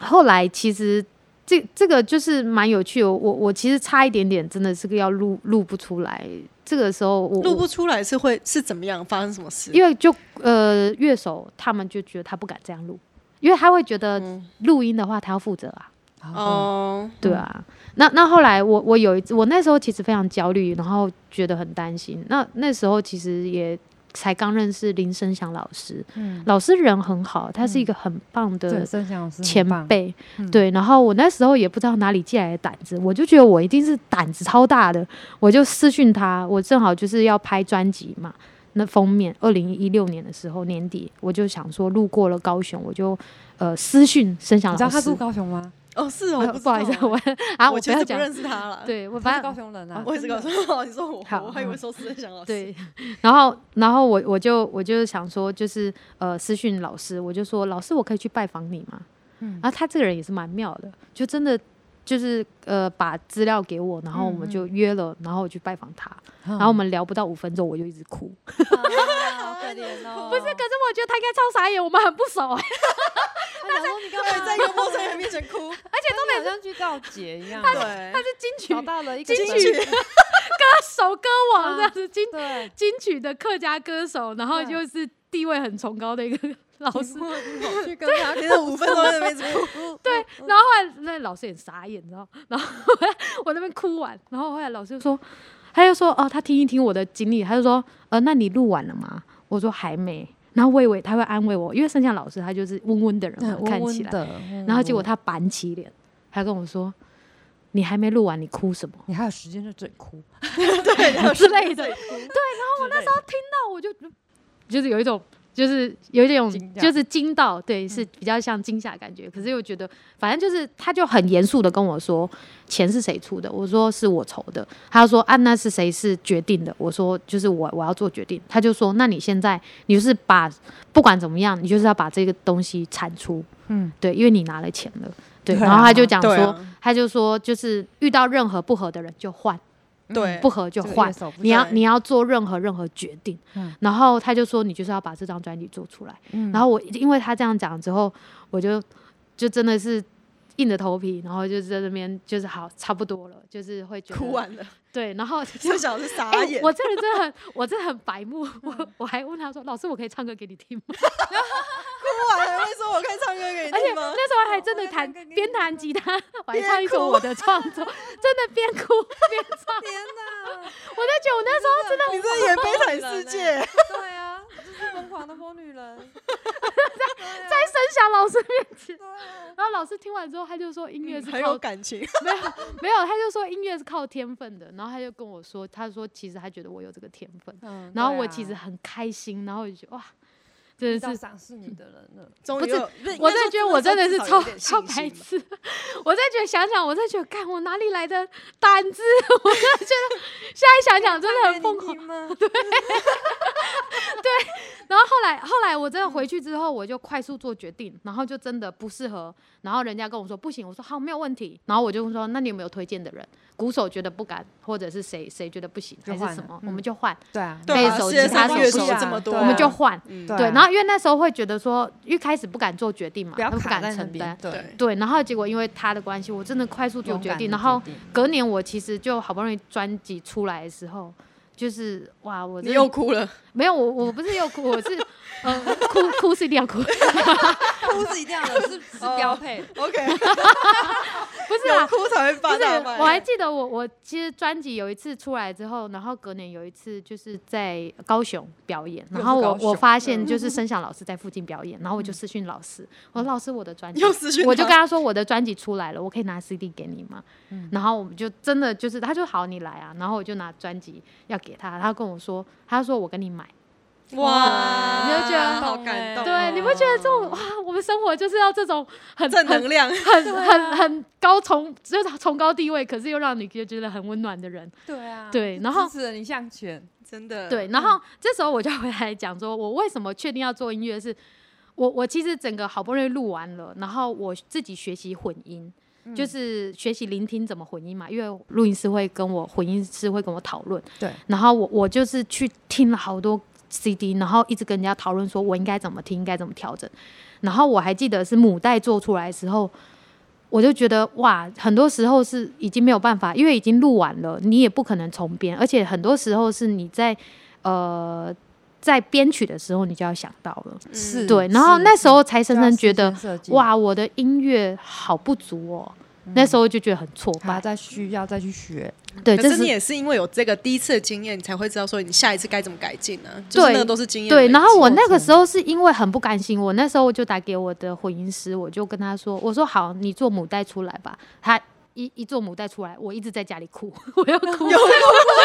S5: 后来其实这这个就是蛮有趣的，我我其实差一点点真的是个要录录不出来，这个时候我
S3: 录
S5: 我
S3: 不出来是会是怎么样，发生什么事？
S5: 因为就呃乐手他们就觉得他不敢这样录，因为他会觉得
S3: 嗯
S5: 录音的话他要负责啊，
S2: 哦，
S3: 哦，
S5: 对啊。那那后来我我有一次我那时候其实非常焦虑，然后觉得很担心。那那时候其实也才刚认识林声祥老师，
S2: 嗯，
S5: 老师人很好，他是
S2: 嗯
S5: 一个很棒
S2: 对，
S5: 的
S2: 盛祥老师很
S5: 前
S2: 棒，
S5: 辈，
S2: 嗯
S5: 对，然后我那时候也不知道哪里借来的胆子，我就觉得我一定是胆子超大的，我就私讯他，我正好就是要拍专辑嘛，那封面，二零一六年的时候年底，我就想说路过了高雄，我就呃私讯声响
S2: 你知道
S5: 老
S2: 他
S5: 师
S2: 住，高雄吗？
S3: 哦是哦，
S5: 呃
S3: 我知
S5: 不好意思
S3: 道，欸
S5: 我啊，
S3: 我
S5: 我不
S3: 其
S5: 要
S3: 实不
S5: 讲，
S3: 认识他了，，
S5: 对我
S2: 他
S5: 反
S2: 是
S5: 正
S2: 高雄人
S5: 哦
S2: 啊，
S3: 我也是告诉 他，你说我
S5: 好
S3: 我还以为说是在想老师，
S5: 对， 然后然后我我就我就想说，就是呃私讯老师，我就说老师，我可以去拜访你吗？
S2: 嗯
S5: 然后他这个人也是蛮妙的，就真的就是呃把资料给我，然后我
S2: 嗯
S5: 们
S2: 嗯
S5: 就约了，然后我去拜访他，
S2: 然
S5: 然后我们聊不到五分钟我就一直哭， 嗯
S2: 好可怜哦，
S5: 不是，可是我觉得他应该超傻眼，我们很不熟
S2: 他
S5: 哎、
S2: 想说你干
S3: 对，
S2: 嘛
S3: 在一个陌生人面前 哭，
S2: 而且都好像去告解一样，
S3: 对，
S5: 是金曲
S2: 找到了一个
S5: 金
S2: 真
S5: 曲
S2: 理
S5: 首歌王这样子，金
S2: 对，
S5: 金曲的客家歌手，然后
S2: 对
S5: 就是地位很崇高的一个 老师，
S2: 去跟 他
S3: 连着五分钟在那边一直 哭，
S5: 对，然后 后来那老师也傻眼，你知道，然后我那边哭完，然后后来老师就说：“他就说哦，他听一听我的经历，他就说呃，那你录完了吗？我说还没。然后我以为他会安慰我，因为剩下老师他就是温温的人嘛，
S2: 嗯温
S5: 看
S2: 温
S5: 起来。
S2: 的。
S5: 然后结果
S2: 嗯
S5: 他板起脸，他跟我说：“你还没录完，你哭什么
S2: 你还有时间在这里哭，
S5: 之类的？”
S2: 我那时候
S5: 那我就就是有一种，就是有一种
S2: 惊讶嗯
S5: 就是惊到，对，是比较像惊吓的感觉。可是又觉得，反正就是他就很严肃的跟我说，钱是谁出的？我说是我筹的。他说啊，那是谁是决定的？我说就是我我要做决定。他就说，那你现在你就是把不管怎么样，你就是要把这个东西产出，
S2: 嗯，
S5: 对，因为你拿了钱了。对，
S2: 对
S5: 然后他
S2: 啊
S5: 就讲
S3: 对
S5: 说，
S3: 啊
S5: 他就说，就是遇到任何不合的人就换，
S3: 对，
S5: 嗯不合就
S2: 这个
S5: 换
S2: 乐，手不
S5: 你要
S3: 对
S5: 你要做任何任何决定，
S2: 嗯
S5: 然后他就说你就是要把这张专辑做出来，
S2: 嗯
S5: 然后我因为他这样讲之后，我就就真的是硬着头皮，然后就在那边就是好差不多了，就是会觉得
S3: 哭 完了，
S5: 对，然后
S3: 就想嗯是傻
S5: 哎、
S3: 眼。
S5: 我这个人真的很我真的很白目，我我还问他说老师我可以唱歌给你听吗？
S3: 哭完了，会说我可以唱歌给你
S5: 而且
S3: 听吗？哦
S5: 那时候还真
S2: 我
S5: 的
S2: 在
S5: 弹
S2: 那个年
S5: 边
S2: 代
S5: 弹吉他，我还
S3: 边
S5: 唱一首
S3: 哭
S5: 我的创作，真的边 哭边唱，
S2: 天哪，
S5: 我在觉得我那时候
S2: 真的
S3: 你这演悲惨世界，
S2: 对啊，就是疯狂的疯女人，
S5: 在声响老师面前。
S2: 对啊，
S5: 然后老师听完之后，他就说音乐是
S3: 嗯很
S5: 靠、
S3: 有感 情。
S5: 没有没有，他就说音乐是靠天分的。然后他就跟我说，他说其实他觉得我有这个天分，
S2: 嗯
S5: 然后
S2: 对
S5: 我
S2: 啊
S5: 其实很开心，然后我就觉得哇，真
S2: 遇
S5: 的
S2: 到
S5: 是。
S2: 赏识你的人了，
S3: 终
S5: 不
S3: 于
S5: 是
S3: 有，不是
S5: 我真的觉得我真的是超超白。
S3: 应该说至少有点信心吧
S5: 痴， 我在觉得想想，我在觉得干我哪里来的胆子？ 我真的觉得现在 想想真的很疯狂。
S2: 吗？
S5: 然后后来后来我真的
S2: 嗯
S5: 回去之后，我就快速做决定，然后就真的不适合。然后人家跟我说不行，我说好没有问题。然后我就说那你有没有推荐的人？鼓手觉得不敢，或者是谁谁觉得不行
S2: 就
S5: 还
S2: 换
S5: 是什
S2: 了
S5: 么，
S2: 嗯
S5: 我们就换，
S2: 对啊，
S3: 对
S5: 背
S3: 啊，
S5: 手
S3: 世
S5: 吉
S3: 界
S5: 他
S3: 上
S5: 手
S3: 乐
S5: 不
S3: 器
S5: 下
S3: 这么多，
S2: 对啊
S5: 我们就换。
S3: 嗯
S2: 对啊
S5: 对，然后因为那时候会觉得说一开始不敢做决定嘛，
S2: 不要
S5: 他不
S2: 卡
S5: 敢
S2: 在那
S5: 承
S2: 边
S5: 担，。
S2: 对，
S5: 对，然后结果因为他的关系，我真的快速做
S2: 勇
S5: 决
S2: 敢
S5: 定，
S2: 的
S5: 然后
S2: 决定
S5: 隔年我其实就好不容易专辑出来的时候，就是哇，我
S3: 你
S5: 真的
S3: 又哭 了，
S5: 没有我我不是又哭，我是呃 哭哭是一定要哭，
S2: 哭是一定要的， 是是标配，
S3: OK，
S5: 不是
S3: 有
S5: 啦，
S3: 哭才会
S5: 不
S3: 发
S5: 是
S3: 大卖。，
S5: 我还记得我我其实专辑有一次出来之后，然后隔年有一次就是在高雄表演，
S2: 又
S5: 然
S2: 是
S5: 后我
S2: 高雄
S5: 我发现就是声响老师在附近表 演，然后我就私讯老师，我说老师我的专辑
S3: 又私讯
S5: 我就
S3: 他
S5: 跟他说我的专辑出来了，我可以拿 CD 给你吗？然后我们就真的就是他就好你来啊，然后我就拿专辑要给他，他跟我说他说我跟你 买，
S3: 哇，
S5: 你就觉得
S3: 好感
S2: 哦
S3: 动，
S5: 对，你不觉得这种哇，啊我们生活就是要这种很
S3: 正
S5: 很
S3: 能量，
S5: 很很很高崇，就是崇高地位，可是又让你觉得很温暖的人。
S2: 对啊，
S5: 对
S2: 就
S5: 然后
S2: 支持了你向前，
S3: 真的。
S5: 对，然后这时候我就回来讲说，我为什么确定要做音乐是？我我其实整个好不容易录完了，然后我自己学习混音，就是学习聆听怎么混音嘛，因为录音师会跟我混音师会跟我讨论，
S2: 对，
S5: 然后我我就是去听了好多 CD，然后一直跟人家讨论说我应该怎么听，应该怎么调整。然后我还记得是母带做出来的时候，我就觉得哇，很多时候是已经没有办法，因为已经录完了，你也不可能重编，而且很多时候是你在呃在编曲的时候你就要想到了，
S3: 嗯
S2: 是
S5: 对。然后
S2: 是
S5: 那时候才深
S2: 就要
S5: 深
S2: 事
S5: 觉得
S2: 先设计，
S5: 哇，我的音乐好不足哦。
S3: 嗯
S5: 那时候就觉得很挫
S2: 还要
S5: 败，
S2: 再需要再去学，
S5: 对，
S3: 可
S5: 这
S3: 是你
S5: 是
S3: 也是因为有这个第一次的经验，你才会知道说你下一次该怎么改进呢、就是
S5: 对
S3: 那个都是经验的累
S5: 对，
S3: 积。
S5: 然后我那
S2: 过
S5: 个
S2: 程
S5: 时候是因为很不甘心，我那时候就打给我的混音师，我就跟他说：“我说好，你做母带出来吧。”他一一做母带出来，我一直在家里哭， 我要哭， 然后我
S3: 有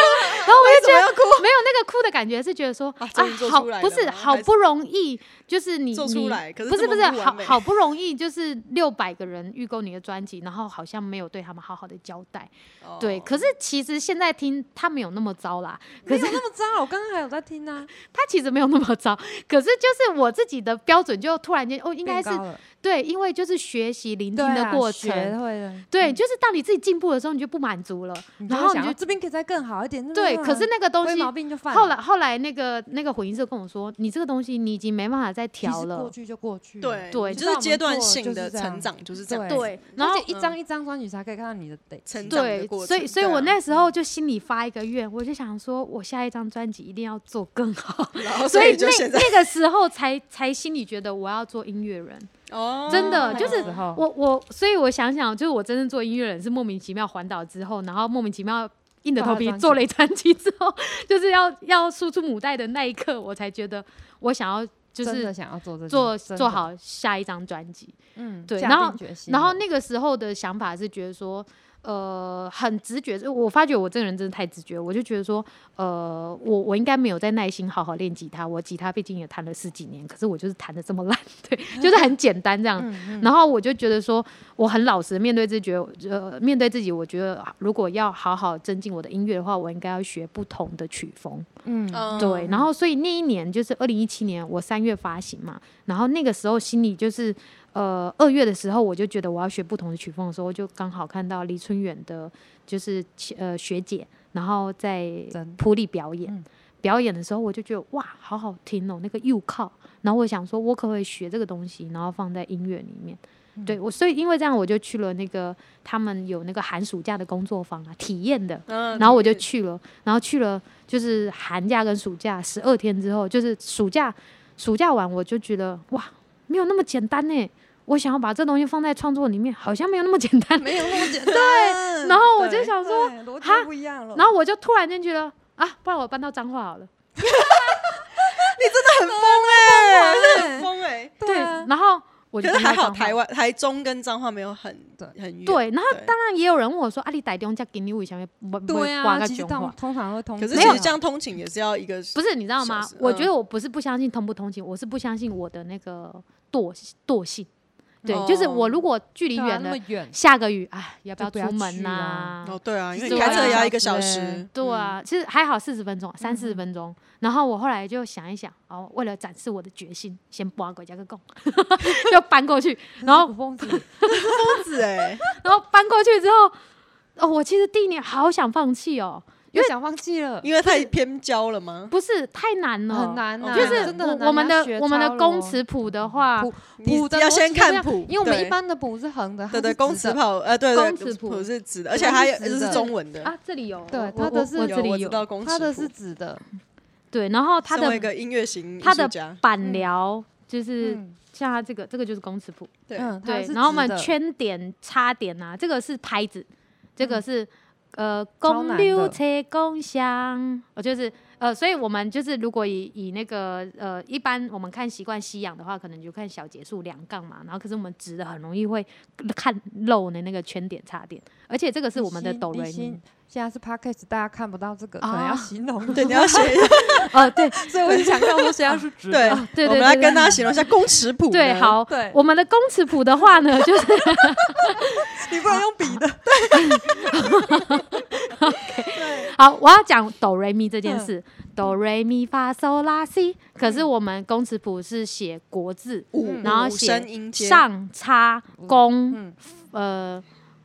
S3: 为
S5: 就觉
S3: 什么
S5: 得
S3: 要哭
S5: 没有那个哭的感觉，是觉得说
S3: 啊终于做出
S5: 好
S3: 来，
S5: 不
S3: 了
S5: 是
S3: 吗
S5: 好
S3: 还是
S5: 不容易，就是你
S3: 做出来
S5: 你
S3: 可是
S5: 不是
S3: 这
S5: 不是
S3: 么不完
S5: 好
S3: 美
S5: 好不容易就是六百个人预购你的专辑，然后好像没有对他们好好的交代，
S3: 哦
S5: 对，可是其实现在听他没有那么糟啦，可是
S2: 没有那么糟，我刚刚还有在听啊呢，
S5: 他其实没有那么糟，可是就是我自己的标准就突然间哦，应该
S2: 变
S5: 是
S2: 高了
S5: 对，因为就是学习聆
S2: 对
S5: 听的
S2: 啊
S5: 过
S2: 学嗯
S5: 程，
S2: 会了，
S5: 对，就是当你自己进步的时候，你就不满足了，
S2: 然
S5: 然
S2: 后
S5: 后你
S2: 想
S5: 就
S2: 要这边可以再更好一点，那边
S5: 对，
S2: 更
S5: 可
S2: 好
S5: 是那个东
S2: 灰
S5: 西
S2: 毛。病就犯了，
S5: 后来，后来那个那个混音社跟我说，你这个东西你已经没办法再
S2: 其实
S5: 调
S2: 过
S5: 了，
S2: 去就过去，
S3: 对
S5: 对
S3: 就是阶段
S2: 就
S3: 性
S2: 是
S3: 的
S2: 这样
S3: 成长就是这样。
S2: 对
S5: 对，
S2: 然
S5: 然后
S2: 后一张一张专辑才可以看到你的得
S3: 成长的
S5: 对
S3: 过，程。
S5: 所以所以
S3: 对啊
S5: 我那时候就心里发一个愿，我就想说，我下一张专辑一定要做更好，
S3: 然后
S5: 所
S3: 所以
S5: 以那
S3: 就现在
S5: 那个时候才才心里觉得我要做音乐人，
S3: 哦
S5: 真的
S2: 那
S5: 就
S2: 个
S5: 是
S2: 时候
S5: 我我，所以我想想，就是我真正做音乐人是莫名其妙环岛之后，然后莫名其妙硬着头皮做了一张机之后，就是要要输出母带的那一刻，我才觉得我想要就
S2: 真的
S5: 是
S2: 想要做这件
S5: 做
S2: 真的
S5: 做好下一张专辑。
S2: 嗯
S5: 对
S2: 下
S5: 然后
S2: 定决心
S5: 然后
S2: 了
S5: 那个时候的想法是觉得说，呃，很直觉。我发觉我这个人真的太直觉，我就觉得说，呃，我我应该没有在耐心好好练吉他。我吉他毕竟也弹了十几年，可是我就是弹的这么烂，对，就是很简单这样。
S3: 嗯
S2: 嗯
S5: 然后我就觉得说，我很老实地面对自己，呃，面对自己，我觉得如果要好好增进我的音乐的话，我应该要学不同的曲风。
S2: 嗯
S5: 对，然后所以那一年就是二零一七年，我三月发行嘛，然后那个时候心里就是，呃，二月的时候我就觉得我要学不同的曲风的时候，就刚好看到李春远的，就是其呃学姐，然后在
S2: 真
S5: 普里表演。
S2: 嗯
S5: 表演的时候，我就觉得哇，好好听哦，那个右靠。然后我想说，我可不可以学这个东西，然后放在音乐里面？
S3: 嗯
S5: 对我，所以因为这样，我就去了那个他们有那个寒暑假的工作坊啊，体验的。
S3: 嗯
S5: 然后我就去了，然后去了就是寒假跟暑假十二天之后，就是暑假暑假完我就觉得哇，没有那么简单呢。我想要把这东西放在创作里面，好像没有那么简单。
S3: 没有那么 简单。嗯对嗯
S5: 然后我就想说，
S2: 对逻
S5: 哈
S2: 辑不一样了。
S5: 然后我就突然间觉得啊，不然我搬到彰化好了。
S3: 很疯哎，真的很疯哎。
S5: 对，
S2: 啊
S5: 然后我就
S3: 可是
S5: 搬
S3: 还好，
S5: 到彰化
S3: 台湾台中跟彰化没有很
S2: 对
S3: 很远。
S5: 对，然后
S3: 对
S5: 当然也有人问我说，啊，你台中才给你为什么不不
S2: 对
S5: 挂
S2: 啊，
S5: 个
S2: 其实
S5: 彰
S2: 通
S5: 化？
S2: 通常会通，
S3: 可是
S5: 没
S3: 其
S5: 有
S3: 实这样通勤也是要一个，
S5: 不是，你知道吗
S3: 小时？
S5: 我
S3: 嗯
S5: 觉得我不是不相信通不通情，我是不相信我的那个惰惰性。对，就是
S3: 哦
S5: 我如果距离
S2: 对啊
S5: 远
S2: 那
S5: 了
S2: 么， 远，
S5: 下个雨，哎，要不
S2: 就
S5: 要
S2: 不要
S5: 出门
S2: 去
S5: 呐、
S2: 啊
S3: 哦，对啊，因为
S5: 其
S3: 你
S5: 实
S3: 开车
S5: 我
S3: 也
S5: 也
S3: 要一个
S2: 想
S3: 小
S2: 吃
S3: 时
S2: 欸。
S5: 对啊，其实还好，四十分钟，三四十分钟。然后我后来就想一想，哦，为了展示我的决心，先搬过加个供， 就搬过去。然后，
S2: 疯子，
S3: 嗯，是哎，
S5: 然后搬过去之后，哦，我其实第一年好想放弃哦，
S2: 又想放弃了，
S3: 因为太偏郊了吗？
S5: 不是太难了，
S3: 哦
S2: 很。难啊，
S5: 就是
S2: 真的很
S5: 我
S2: 难
S5: 我们
S2: 你要
S5: 的
S2: 学
S5: 我们的
S2: 超
S5: 公
S2: 了
S5: 尺谱的话，
S2: 谱
S3: 你
S2: 谱的
S3: 要
S2: 逻
S3: 先
S2: 辑不
S3: 看
S2: 一样
S3: 谱
S2: 因为我们
S3: 对
S2: 一般的谱是横的，它
S3: 对对，
S2: 是
S3: 公
S2: 直
S3: 尺
S2: 的
S3: 跑，呃，对对，
S5: 公尺谱
S3: 谱是直的，而且
S2: 对
S3: 它
S2: 它
S3: 也
S2: 是直
S3: 这是
S2: 的
S3: 中文的。
S5: 啊，这里有，
S2: 对
S5: 我
S2: 它
S5: 我
S2: 的是
S5: 我
S2: 有
S5: 这
S3: 有，
S5: 里
S3: 我知
S5: 有，
S3: 道公尺
S2: 它的
S3: 谱
S2: 是。直的，
S5: 对，然后它
S3: 身为一
S5: 的
S3: 个音乐型艺
S5: 它
S3: 术
S5: 的
S3: 家，
S5: 板疗就是
S2: 嗯
S5: 像它这个，这个就是公尺谱，
S3: 对
S2: 嗯，它
S5: 对，
S2: 是
S5: 然后我
S2: 直
S5: 们
S2: 的
S5: 圈点、叉点啊，这个是拍子，这个
S2: 嗯
S5: 是、呃
S2: 超
S5: 公
S2: 难的
S5: 六车公香，哦，就是呃，所以我们就是如果以以那个呃，一般我们看习惯西洋的话，可能就看小节数两杠嘛，然后可是我们直的很容易会看漏的那个圈点、叉点，而且这个是
S2: 你
S5: 我们的
S2: 心
S5: 哆
S2: 你
S5: 瑞咪
S2: 心，现在是 podcast，大家看不到这个，可能
S5: 啊
S2: 要形容。
S3: 对，你要 写，
S5: 哦、对
S2: 所以我就想看说，现 在
S5: 哦
S2: 是直
S3: 对
S2: 的，
S5: 对对
S3: 我们
S5: 对
S3: 来
S5: 对
S3: 跟大家形容一下公尺谱。
S5: 对，，好，
S2: 对
S5: 我们的公尺谱的话呢， 就是
S3: 你不能用 笔的，
S5: 好，我要讲哆瑞咪这件
S2: 嗯
S5: 事，哆瑞咪发嗦拉西。可是我们公尺谱是写国字，
S3: 五
S5: 嗯然后
S3: 五
S5: 写
S3: 声音阶，
S5: 上叉公
S2: 嗯，
S5: 呃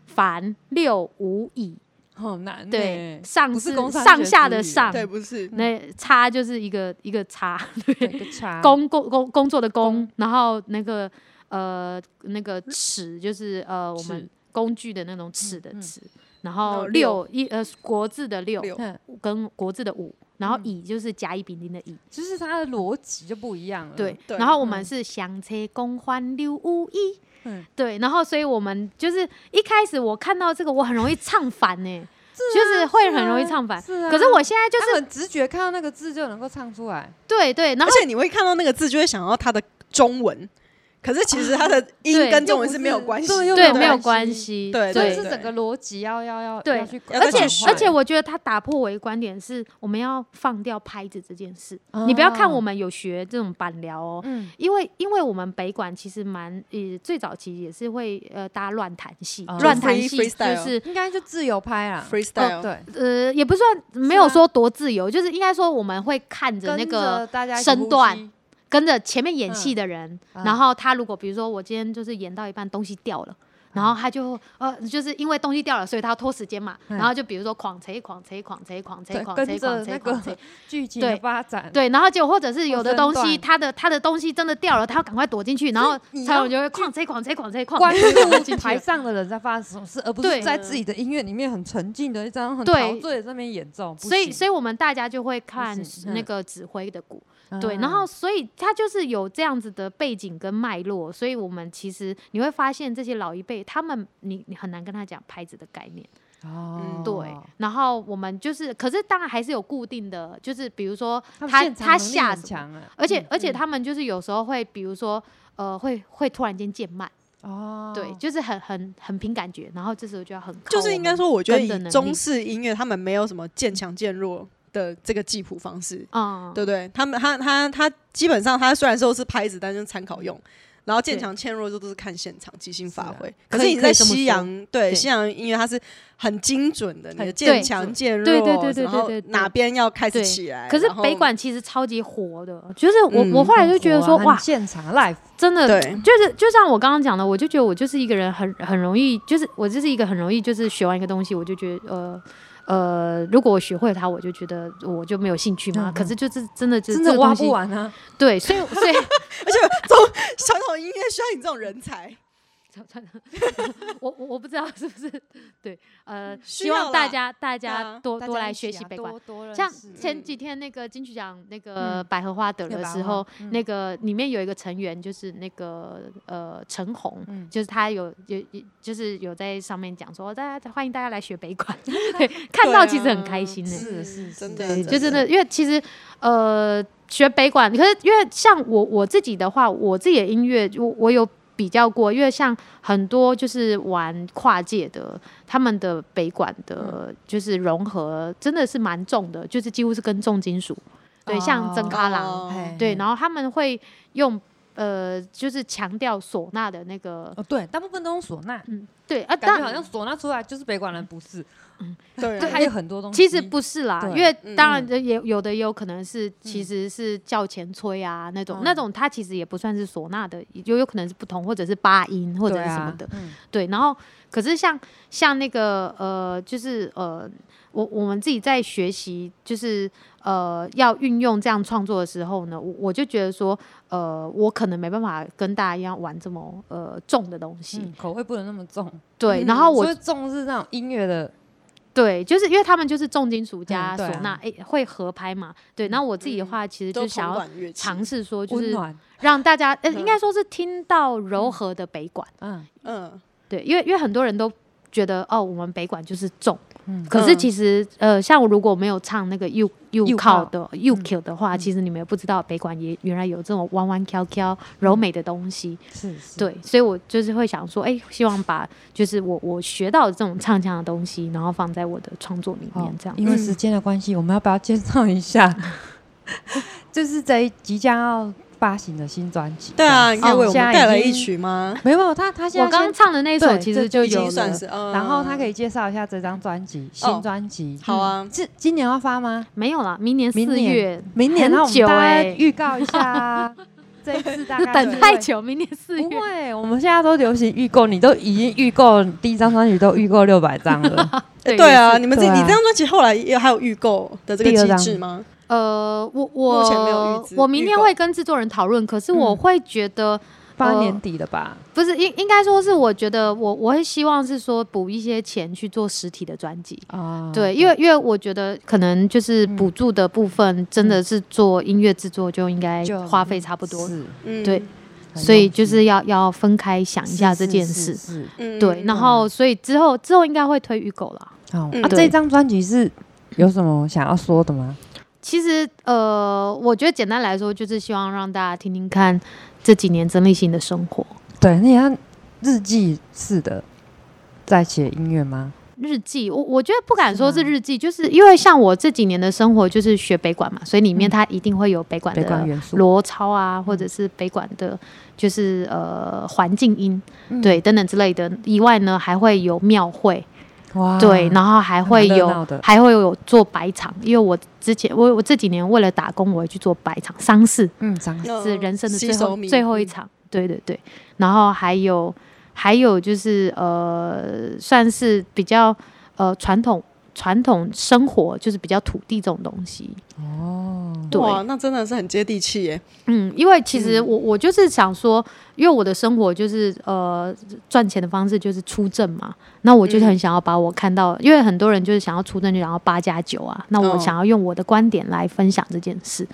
S5: 凡六五乙，
S2: 好难。欸
S5: 对，，上
S2: 嗯不是工商
S5: 上
S2: 学
S5: 下
S2: 术
S5: 的
S2: 语啊
S5: 上，
S3: 对，不是
S5: 那叉就是一个一个叉，
S2: 有一个叉，
S5: 工工工工作的工，然后那个呃那个尺就是呃我们
S2: 尺
S5: 工具的那种尺的
S2: 嗯嗯
S5: 尺，然后
S3: 后六
S5: 六一呃国字的六。
S3: 六，
S2: 嗯，
S5: 跟国字的五，然后
S2: 嗯
S5: 乙就是甲乙丙丁的乙，
S2: 就是它的逻辑就不一样了。
S5: 对。
S3: 对
S5: 然后我们是香车公欢六五一，
S2: 嗯
S5: 对。然后所以我们就是一开始我看到这个，我很容易唱反呢、 就是会很容易唱反。
S2: 啊是啊，
S5: 可是我现在就
S2: 他
S5: 是
S2: 很直觉看到那个字就能够唱出来，
S5: 对对，然
S3: 而
S5: 后
S3: 且你会看到那个字，就会想到它的中文，可是其实它的音
S5: 啊对
S3: 跟中
S2: 又
S3: 文
S2: 不
S3: 是没有
S2: 是
S3: 关系的，
S2: 对又
S5: 对
S2: 有
S5: 没有
S2: 关
S5: 关系
S2: 系，
S3: 对
S2: 所以
S5: 对
S2: 是整个逻辑要要要
S5: 对
S2: 要去转
S3: 要
S2: 换，
S5: 而
S3: 再
S5: 且
S3: 转换
S5: 而且，我觉得他打破我一个观点是，我们要放掉拍子这件事。
S2: 哦
S5: 你不要看我
S2: 们，
S5: 们有学这种板疗哦，
S2: 啊嗯，
S5: 因为因为我们北管其实蛮呃最早期也是会呃搭乱弹戏
S2: 哦，
S5: 乱
S3: 就
S5: 弹
S3: free-
S5: 戏
S3: freestyle
S5: 就是
S2: 应该就自由拍啦
S3: freestyle
S2: 对，
S5: 呃也不算没有
S2: 是啊
S5: 说多自由，就是应该说我们会看着那
S2: 跟
S5: 个
S2: 着大家一起
S5: 身
S2: 呼吸
S5: 段，跟着前面演戏的人，
S2: 嗯
S5: 然后他如果比如说我今天就是演到一半东西掉了。然后他就呃，就是因为东西掉了，所以他要拖时间嘛。
S2: 嗯
S5: 然后就比如说狂捶、狂捶、狂捶、狂捶、
S2: 对
S5: 狂
S2: 跟
S5: 捶、
S2: 着
S5: 狂捶、
S2: 那
S5: 狂
S2: 个
S5: 捶，
S2: 剧情的
S5: 对
S2: 发展，
S5: 对，然后结果或者是有的
S2: 或分
S5: 东西，
S2: 段
S5: 他的他的东西真的掉了，他要赶快躲进去，然后
S2: 你
S5: 蔡
S2: 要
S5: 勇就会狂贼狂贼狂贼狂
S2: 关
S5: 贼
S2: 注台上的人在发生什么事，而不
S5: 对
S2: 是在自己的音乐里面很沉静的一张很
S5: 对
S2: 陶醉的在那边演奏。
S5: 所以，所以我们大家就会看
S2: 行
S5: 那
S2: 嗯
S5: 个指挥的鼓，
S2: 以
S5: 对，然
S3: 嗯
S5: 后所以他就是有这样子的背景跟脉络，所以我们其实你会发现这些老一辈，他们你你很难跟他讲拍子的概念，
S2: 哦
S5: 嗯对，然后我们就是，可是当然还是有固定的，就是比如说
S2: 他们现场
S5: 他他
S2: 能力
S5: 下
S2: 很
S5: 什么，
S2: 强哎，
S5: 而且而且
S3: 嗯
S5: 他们就是有时候会，比如说呃，会会突然间渐慢，
S2: 哦，
S5: 对，就是很很很凭感觉，然后这时候就要很靠
S3: 就是
S5: 我
S3: 应该
S5: 们
S3: 说，我觉得
S5: 跟的
S3: 以
S5: 能
S3: 中
S5: 力
S3: 式音乐，他们没有什么渐强渐弱的这个记谱方式，
S5: 嗯，
S3: 对不对？他们他他他基本上他虽然说是拍子，但是参考
S5: 嗯
S3: 用。然后渐强渐弱就都是看现场即兴发挥，可
S5: 可
S3: 是
S5: 以
S3: 你
S5: 可
S3: 在
S5: 以这么
S3: 西
S5: 说
S3: 洋对
S5: 对
S3: 西洋音乐它是很精准的，你的
S2: 很
S3: 渐
S5: 对
S3: 强渐弱，
S5: 对对对对
S3: 然后
S5: 对对对
S3: 哪边要开始
S5: 对
S3: 起来？
S5: 可是
S3: 然后
S5: 北管其实超级火的，就是我、
S3: 嗯
S5: 我后来就觉得
S2: 很
S5: 说，
S2: 火啊
S5: 哇
S2: 很，现场 live
S5: 真的
S3: 对
S5: 就是就像我刚刚讲的，我就觉得我就是一个人很很容易，就是我就是一个很容易就是学完一个东西，我就觉得呃。呃，如果我学会它，我就觉得我就没有兴趣嘛。
S2: 嗯嗯
S5: 可是就是真的就是
S2: 真
S5: 这
S2: 的
S5: 个
S2: 挖
S5: 东西
S2: 不，完啊，
S5: 对，所以所以
S3: 而且中传统音乐需要你这种人才，
S5: 我我我不知道是不是对，呃，
S3: 需
S5: 希
S3: 要
S5: 望大
S3: 啦
S5: 家大
S3: 啊
S5: 家多
S2: 大
S5: 多
S2: 家
S5: 来
S2: 一
S5: 学
S2: 起
S5: 习
S2: 啊
S5: 北管。
S2: 多多认
S5: 像
S2: 识
S5: 前
S3: 嗯
S5: 几天那个金曲奖那个
S2: 嗯
S5: 百合花得
S2: 那
S5: 的
S2: 百合
S5: 时
S2: 花
S5: 候，
S2: 嗯
S5: 那个里面有一个成员就是那个呃陈红，
S2: 嗯
S5: 就是他有有有就是有在上面讲说，大家欢迎大家来学北 管，对，看
S3: 对
S5: 到其实
S3: 啊
S5: 很开心的、欸
S2: 是
S3: 嗯
S2: 是
S3: 真
S2: 是啊
S3: 的
S5: 对，
S3: 真
S5: 就真的，因为其实呃，学北管，可是因为像我我自己的话，我自己的音乐，我我有比较过，因为像很多就是玩跨界的，他们的北管的，
S2: 嗯
S5: 就是融合真的是蛮重的，就是几乎是跟重金属，对，像
S2: 哦
S5: 曾
S2: 阿
S5: 卡郎，
S2: 嘿
S5: 对，
S2: 嘿
S5: 然后他们会用呃，就是强调唢呐的那个。
S2: 哦对，大部分都用唢呐。
S5: 嗯，对啊，
S2: 感
S5: 当
S2: 觉好像唢呐出来就是北管人，不是？
S3: 对
S2: 它还有很多东西。
S5: 其实不是啦，
S2: 对
S5: 因为
S3: 嗯
S5: 当然也有的也有可能是其实是叫前吹啊那种，
S2: 嗯
S5: 那种它其实也不算是唢呐的，有有可能是不同或者是八音或者
S2: 对
S5: 是什
S2: 啊
S5: 么的，
S2: 嗯
S5: 对。然后可是像像那个呃，就是呃，我我们自己在学习就是呃要运用这样创作的时候呢，我我就觉得说呃，我可能没办法跟大家一样玩这么呃重的东西，
S2: 嗯，口味不能那么重。
S5: 对。
S3: 嗯
S5: 然后我
S2: 所以重是那种音乐的，
S5: 对，就是因为他们就是重金属加
S2: 嗯对啊嗯
S5: 唢呐，哎、会合拍嘛。对，那我自己的话，其实
S3: 都
S5: 就想
S3: 铜
S5: 要
S3: 管乐器
S5: 尝试说，就
S2: 温
S5: 是
S2: 暖，
S5: 让大家，呃，
S3: 嗯
S5: 应该说是听到柔和的北管。
S2: 嗯
S3: 嗯，
S5: 对，因为因为很多人都觉得，哦，我们北管就是重，
S2: 嗯，
S5: 可是
S3: 嗯
S5: 其实，呃，像我如果没有唱那个 U U
S2: 又
S5: 靠
S2: 靠
S5: 的 U
S2: 嗯
S5: Q 的话，
S2: 嗯
S5: 其实你们也不知道北管也原来有这种弯弯翘翘柔美的东西。
S2: 是是，
S5: 对，所以我就是会想说，哎、希望把就是我我学到的这种唱腔的东西，然后放在我的创作里
S2: 好
S5: 面，这样。
S3: 嗯
S2: 因为时间的关系，我们要不要介绍一下？ 就是这一即将要发行的新专辑。
S3: 对啊，你可以
S5: 哦
S3: 为我
S2: 现
S3: 们
S2: 在
S3: 带
S2: 已
S3: 来一
S2: 经
S3: 曲吗？
S2: 没有，没有，他他现在
S5: 我刚刚
S2: 先
S5: 唱的那一首
S2: 对
S5: 其
S2: 这
S5: 实就
S3: 已经
S5: 有
S3: 算
S5: 了，
S3: 是，嗯
S2: 然后他可以介绍一下这张专辑，
S3: 哦
S2: 新专辑。
S3: 好啊，
S2: 是今年要发吗？
S5: 没有啦，明年
S2: 明
S5: 四
S2: 年
S5: 月，
S2: 明年，啊那我们
S5: 很久
S2: 大家
S5: 哎，
S2: 预告一下 啊。这一次大概就
S5: 等
S2: 会
S5: 太久，明年四
S2: 不
S5: 月。
S2: 会，我们现在都流行预购，你都已经预购第一张专辑都预购六百张了，
S5: 对
S3: 对
S5: 也
S3: 啊，
S5: 是
S3: 你们自己，
S2: 对啊
S3: 你这张专辑后来也还有预购的这个
S2: 第二
S3: 机
S2: 张
S3: 制吗？
S5: 呃，我
S3: 目前没有预
S5: 我
S3: 知
S5: 我明
S3: 预
S5: 天
S3: 告
S5: 会跟制作人讨论，可是我
S2: 嗯
S5: 会觉得
S2: 八
S5: 呃
S2: 年底了吧？
S5: 不是应应该说是，我觉得我我会希望是说补一些钱去做实体的专辑。
S2: 啊，
S5: 对，因为因为我觉得可能就是
S2: 嗯
S5: 补助的部分，真的是做音乐制作就应该
S2: 就
S5: 花费差不多，
S2: 是，
S3: 嗯，
S5: 对
S2: 很
S5: 所以
S2: 用
S5: 就
S2: 心
S5: 是要要分开想一下这件
S2: 是
S5: 事。
S2: 是是
S3: 嗯，
S5: 对，
S3: 嗯
S5: 然后所以之后之后应该会推预购啦。
S2: 好，
S3: 嗯
S2: 啊
S5: 对
S2: 这张专辑是有什么想要说的吗？
S5: 其实呃，我觉得简单来说，就是希望让大家听听看这几年曾立新的生活
S2: 对，那像日记似的在写音乐吗？
S5: 日记。我我觉得不敢说
S2: 是
S5: 是
S2: 吗
S5: 日记，就是因为像我这几年的生活就是学北管嘛，所以里面
S2: 嗯
S5: 它一定会有北管
S2: 北管
S5: 的
S2: 元素，
S5: 呃罗操啊，或者是北管的，就是呃环境音
S2: 嗯
S5: 对等等之类的。以外呢，还会有庙会，
S2: 哇
S5: 对，然后还会
S2: 啊蛮热
S5: 有
S2: 闹的
S5: 还会有做白场，因为我之前我我这几年为了打工，我会去做白场丧事。
S2: 嗯，张
S3: 嗯
S5: 是人生的
S3: 吸
S5: 最
S3: 收
S5: 后
S3: 迷
S5: 最后一
S3: 嗯
S5: 场，对对对。然后还有还有就是呃，算是比较呃传统传统生活，就是比较土地这种东西。
S2: 哦，
S5: 对，
S3: 哇，那真的是很接地气耶。
S5: 嗯，因为其实
S3: 嗯
S5: 我我就是想说，因为我的生活就是呃赚钱的方式就是出证嘛，那我就是很
S3: 嗯
S5: 想要把我看到，因为很多人就是想要出证就想要八加九啊，那我
S3: 哦
S5: 想要用我的观点来分享这件事。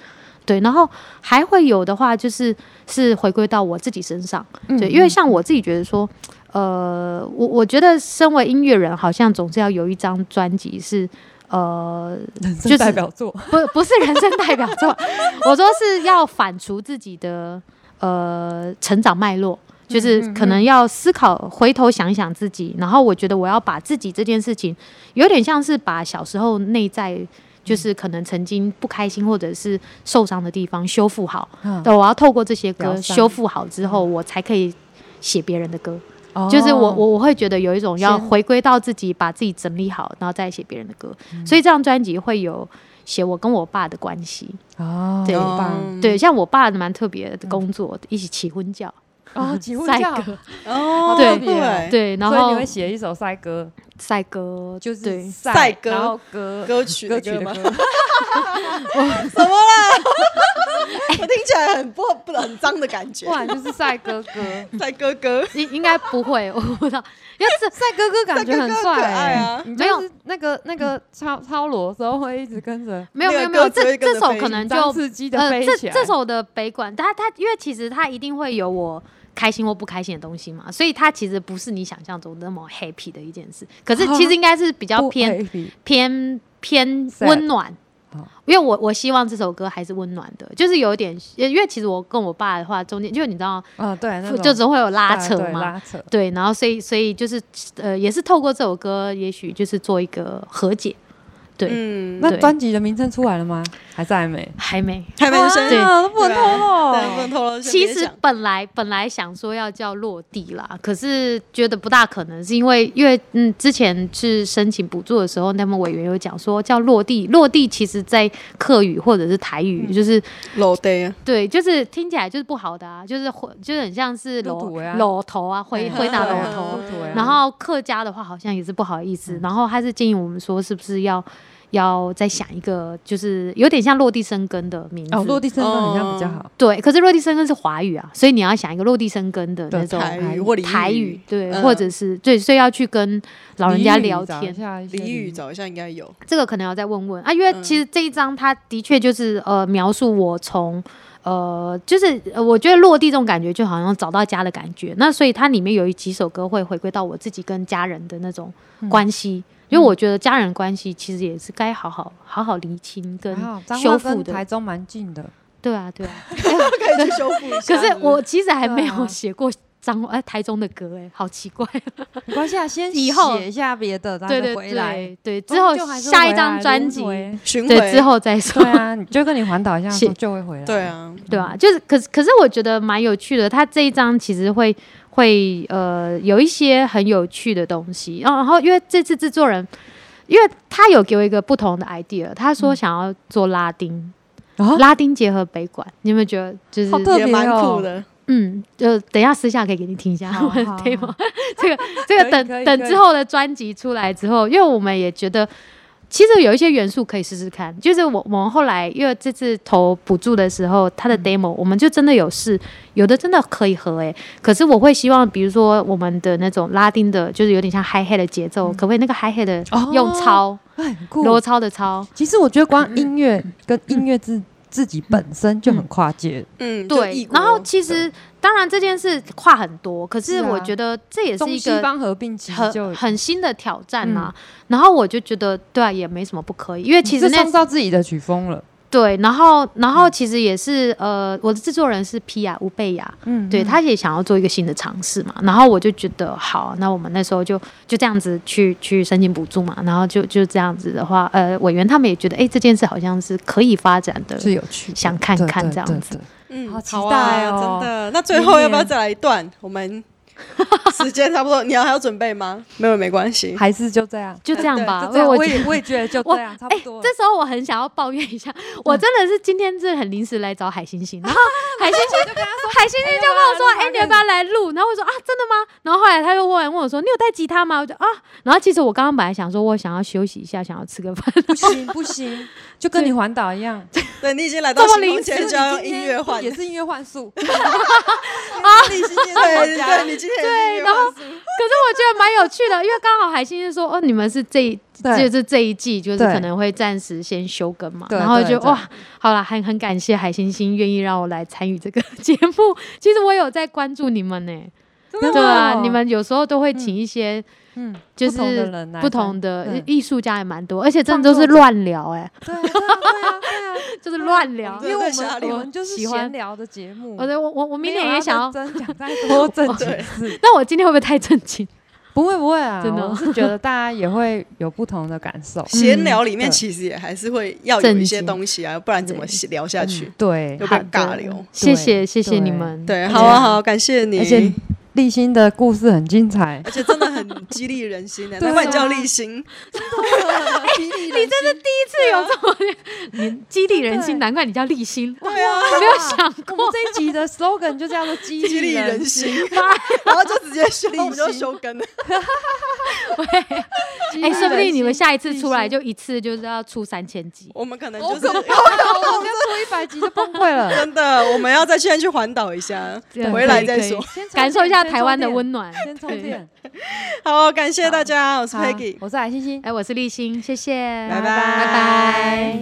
S5: 对，然后还会有的话，就是是回归到我自己身上，
S2: 嗯
S5: 对，因为像我自己觉得说，呃，我我觉得身为音乐人，好像总是要有一张专辑是呃
S2: 人
S5: 就
S2: 生
S5: 是
S2: 代表 作，
S5: 不不是人生代表作， 我说是要反刍自己的呃成长脉络，
S2: 嗯
S5: 就是可能要思考，回头想想自己，然后我觉得我要把自己这件事情，有点像是把小时候内在。
S2: 嗯
S5: 就是可能曾经不开心或者是受伤的地方修复好，
S2: 嗯
S5: 对，我要透过这些歌
S2: 疗伤
S5: 修复好之后，我才可以写别人的歌。
S2: 哦
S5: 就是我我我会觉得有一种要
S2: 先
S5: 回归到自己，把自己整理好，然后再写别人的歌。
S2: 嗯
S5: 所以这张专辑会有写我跟我爸的关系，
S2: 哦，
S5: 对
S2: 好棒
S3: 嗯
S5: 对，像我爸蛮特别
S2: 嗯
S5: 的工作，一起起婚教，
S2: 哦，几乎
S5: 赛
S2: 这样
S5: 鸽，
S3: 哦，
S5: 对
S3: 对，
S5: 对，然
S2: 哎所以
S5: 后
S2: 你会写一首赛歌，
S5: 赛歌
S2: 就是
S5: 对，
S2: 赛
S3: 赛歌
S2: 然后歌
S3: 歌曲
S2: 歌
S3: 的
S2: 曲的
S3: 歌 吗？
S2: 歌，
S3: 怎么啦？ 我听起来很不不很脏的感觉
S2: 不。然就是赛歌歌。
S3: 在哥哥，
S5: 应应该不会，我不知道，因为 这
S2: 赛哥哥感觉很帅、欸
S3: 赛哥哥很可爱啊
S2: 你
S5: 没有
S2: 就是那个那个超超罗的时候会一直跟着
S5: 没有
S3: 那个
S5: 没有没有，
S3: 歌只
S5: 这
S3: 会跟
S5: 这
S3: 着
S5: 首
S3: 飞
S5: 可能
S2: 张
S5: 就
S2: 刺激的
S5: 呃，
S2: 飞
S5: 这
S2: 起来。
S5: 这首的北管，它它因为其实它一定会有我开心或不开心的东西嘛，所以它其实不是你想象中那么 happy 的一件事。可是 其实应该是比较
S2: 不
S5: 偏、
S2: happy
S5: 偏偏
S2: Sad 哦
S5: 温暖
S2: 好。
S5: 因为我我希望这首歌还是温暖的，就是有一点，因为其实我跟我爸的话，中间就你知道，
S2: 啊，对，那种
S5: 就总会有拉
S2: 对
S5: 扯
S2: 对
S5: 嘛，
S2: 拉扯。
S5: 对，然后所以所以就是呃，也是透过这首歌，也许就是做一个和解，对，
S3: 嗯，
S2: 那
S5: 对
S2: 专辑的名称出来了吗？还在没？
S5: 还没，
S3: 还没生，
S5: 对
S2: 啊，都不能
S3: 对
S2: 透
S3: 啊
S2: 露。
S3: 对，不能透露。先
S5: 哦其
S3: 别
S5: 实
S3: 讲
S5: 本来本来想说要叫落地啦，可是觉得不大可能，是因为因为嗯，之前是申请补助的时候，那么委员有讲说叫落地，落地其实在客语或者是台语，
S2: 嗯
S5: 就是
S3: 漏 day 啊，
S5: 对，就是听起来就是不好的啊，就是回就是很像是
S2: 入土
S5: 搂
S2: 为安
S5: 搂头啊，回
S2: 嗯嗯
S5: 回答
S3: 对
S5: 搂
S3: 啊
S5: 头
S2: 入。土为安
S5: 然后客家的话好像也是不好意思，然后他是建议我们说是不是要。要再想一个，就是有点像落地生根的名字。
S2: 哦，落地生根好像比较好。
S5: 对，可是落地生根是华语啊，所以你要想一个落地生根的那
S2: 对
S5: 种
S3: 台语或俚
S5: 台
S3: 语
S5: 语，对，
S3: 嗯
S5: 或者是对，所以要去跟老人家聊天，
S2: 俚
S3: 俚语找一下应该 有。
S5: 这个可能要再问问啊，因为
S3: 嗯
S5: 其实这一章它的确就是呃描述我从。呃，就是呃我觉得落地这种感觉，就好像找到家的感觉。那所以它里面有几首歌会回归到我自己跟家人的那种
S2: 嗯
S5: 关系，因为我觉得家人关系其实也是该好好好好厘清跟嗯修
S2: 修
S5: 复
S2: 复
S5: 的。
S2: 台中蛮近的，
S5: 对啊， 对啊。
S3: 可以去修复一下。
S5: 可是我其实还没
S2: 对啊
S5: 有写过彰呃台中的歌哎，好奇怪。
S2: 没关系啊，先
S5: 以后
S2: 写一下别的，然后
S5: 对
S2: 再
S5: 对
S2: 回来。
S5: 对对，
S2: 终
S5: 之后
S2: 究还是
S5: 下
S2: 回
S5: 一张
S2: 来
S5: 专
S2: 轮
S5: 辑，
S2: 回
S3: 巡
S5: 对
S3: 回
S5: 之后再说
S2: 对。啊，你就跟你环岛 一样，
S5: 写
S2: 就会回来。
S3: 对，啊，
S5: 对
S2: 嗯
S5: 啊，就是可是可是我觉得蛮有趣的，他这一章其实会会呃有一些很有趣的东西，哦然后然后因为这次制作人。因为他有给我一个不同的 idea，他
S2: 嗯
S5: 说想要做拉丁，
S2: 啊
S5: 拉丁结合北管，你有没有觉得就是
S2: 好特别
S3: 也蛮
S2: 哦
S3: 酷的。
S5: 嗯，就等一下私下可以给你听一下
S2: 好
S5: 我们的
S2: 好
S5: demo。这个这个
S2: 可以
S5: 等
S2: 可
S5: 等
S2: 以
S5: 之后的专辑出来之后，因为我们也觉得。其实有一些元素可以试试看，就是我我们后来因为这次投补助的时候，它的
S2: 嗯
S5: demo 我们就真的有试，有的真的可以合诶、可是我会希望，比如说我们的那种拉丁的，就是有点像 hi hat 的节奏，可不可以那个 hi hat 的
S2: 嗯哦
S5: 用超
S2: 哎，很酷。
S5: 罗、超的超，
S2: 其实我觉得
S5: 嗯
S2: 光音乐跟音乐自自己本身就很跨界，
S3: 嗯，就异
S5: 对。
S3: 国
S5: 然后其实当然这件事跨很多，可
S2: 是
S5: 是
S2: 啊
S5: 我觉得这也是
S2: 中
S5: 一
S2: 西
S5: 个
S2: 方合并其实就
S5: 很很新的挑战呐、然后我就觉得，对啊，也没什么不可以，因为其
S2: 嗯
S5: 实
S2: 你是嗯
S5: 那
S2: 创造自己的曲风了。
S5: 对，然后然后其实也是呃，我的制作人是皮亚乌贝亚，
S2: 嗯，
S5: 对，他也想要做一个新的尝试嘛。然后我就觉得好，那我们那时候就就这样子去去申请补助嘛。然后就就这样子的话，呃，委员他们也觉得，哎，这件事好像是可以发展的，
S2: 是有趣的，
S5: 想看
S2: 对
S5: 看
S2: 对
S5: 这样
S2: 对
S5: 子
S2: 对
S3: 嗯，
S2: 好期
S3: 啊
S2: 待哦
S3: 真的。那最后要不要再来一段？我们时间差不多，你要还要准备吗？没有，没关系。
S2: 还是就这样。
S5: 就这样
S2: 对
S5: 吧。
S2: 就
S5: 因
S2: 这样我
S5: 为我觉
S2: 也
S5: 得
S2: 我也觉得就
S5: 我
S2: 这样，啊差
S5: 哎、
S2: 不多了嗯
S5: 这。时候我很想要抱怨一下，我真的是今天是很临时来找海星 星，然后海星星就跟他说， 海星星就
S2: 啊
S5: 跟我说，哎、你要不要来录？然后我说啊，真的吗？然后后来他又问问我说，你有带吉他吗？我就啊，然后其实我刚刚本来想说我想要休息一下，想要吃 个饭，
S2: 不行不行，就跟你环岛一 样，
S3: 对你已经来到
S5: 这么
S3: 星空
S5: 临时
S3: 间，就要用
S2: 今天
S3: 音乐换。
S2: 也是音乐幻 术。
S3: 你今天对对，你今天对，
S5: 然后可是我觉得蛮有趣的，因为刚好海星星说，哦，你们是这一。
S2: 对
S5: 就是这一季，就是
S2: 对
S5: 可能会暂时先休更嘛，
S2: 对
S5: 然后
S2: 对
S5: 就
S2: 对
S5: 哇，好了，很很感 谢海星星愿意让我来参与这个节目。其实我有在关注你们呢、
S2: 真的
S5: 对啊，
S2: 哦
S5: 你们有时候都会请一些
S2: 嗯，
S5: 就
S2: 不同的
S5: 是
S2: 人来
S5: 不同的
S2: 嗯
S5: 艺术家也蛮多，而且真
S2: 创
S5: 的都
S2: 作
S5: 是
S2: 者
S5: 乱聊， 哎，
S2: 对啊对啊对啊对啊，
S5: 就是乱 聊
S2: 因
S3: 对。
S2: 为我
S3: 对瞎
S2: 们
S3: 聊
S2: 我们就是
S5: 喜欢
S2: 闲聊的节目。
S5: 我的我我我明
S2: 没有啊
S5: 年也想要，
S2: 真讲再多正经
S3: 对。
S2: 事，
S5: 那我今天会不会太正 经？
S2: 不会不会啊，
S5: 真的
S2: 我是觉得大家也会有不同的感受
S3: 闲聊里面
S2: 对
S3: 其实也还是会要有一些
S5: 正经
S3: 嗯东西啊，不然怎么聊下去？
S2: 嗯对
S3: 就，被
S5: 好的
S3: 尬聊。
S5: 谢谢谢谢
S2: 对
S5: 你们，
S3: 对，好啊，好，感谢你，
S2: 而且立新的故事很精彩
S3: 而，且真的很激励人心的，
S2: 对
S3: 难
S2: 啊
S3: 怪你叫立新。
S2: 你真的
S5: 激励人心，
S2: 对
S5: 难怪你叫立新。
S3: 对啊，
S2: 没有想过， 我们这一集的 slogan 就叫做激
S3: 激励
S2: 励
S3: 人
S2: 心，
S3: 心，然后就直接 修，我们就休更了。
S2: 激
S5: 哎，
S2: 励
S5: 说不
S2: 人
S5: 定你们
S2: 心
S5: 下一次
S2: 立
S5: 出来
S2: 新
S5: 就一次就是要出三千集，
S3: 我们可能
S2: 好
S3: 就是
S2: 可怕哦，我们再出一百集就崩溃了。
S3: 真的，我们要再现在去环岛一下，
S5: 对
S3: 回来
S5: 可
S3: 再
S5: 以可以
S3: 说。
S2: 先充
S5: 感受一
S2: 电
S5: 下台湾的温。暖。
S2: 先充电先充电，
S3: 好，感谢大家，我是
S2: 好
S3: Peggy。
S2: 我是海星星。
S5: 哎，我是立新，谢谢，
S3: 拜拜
S5: 拜拜。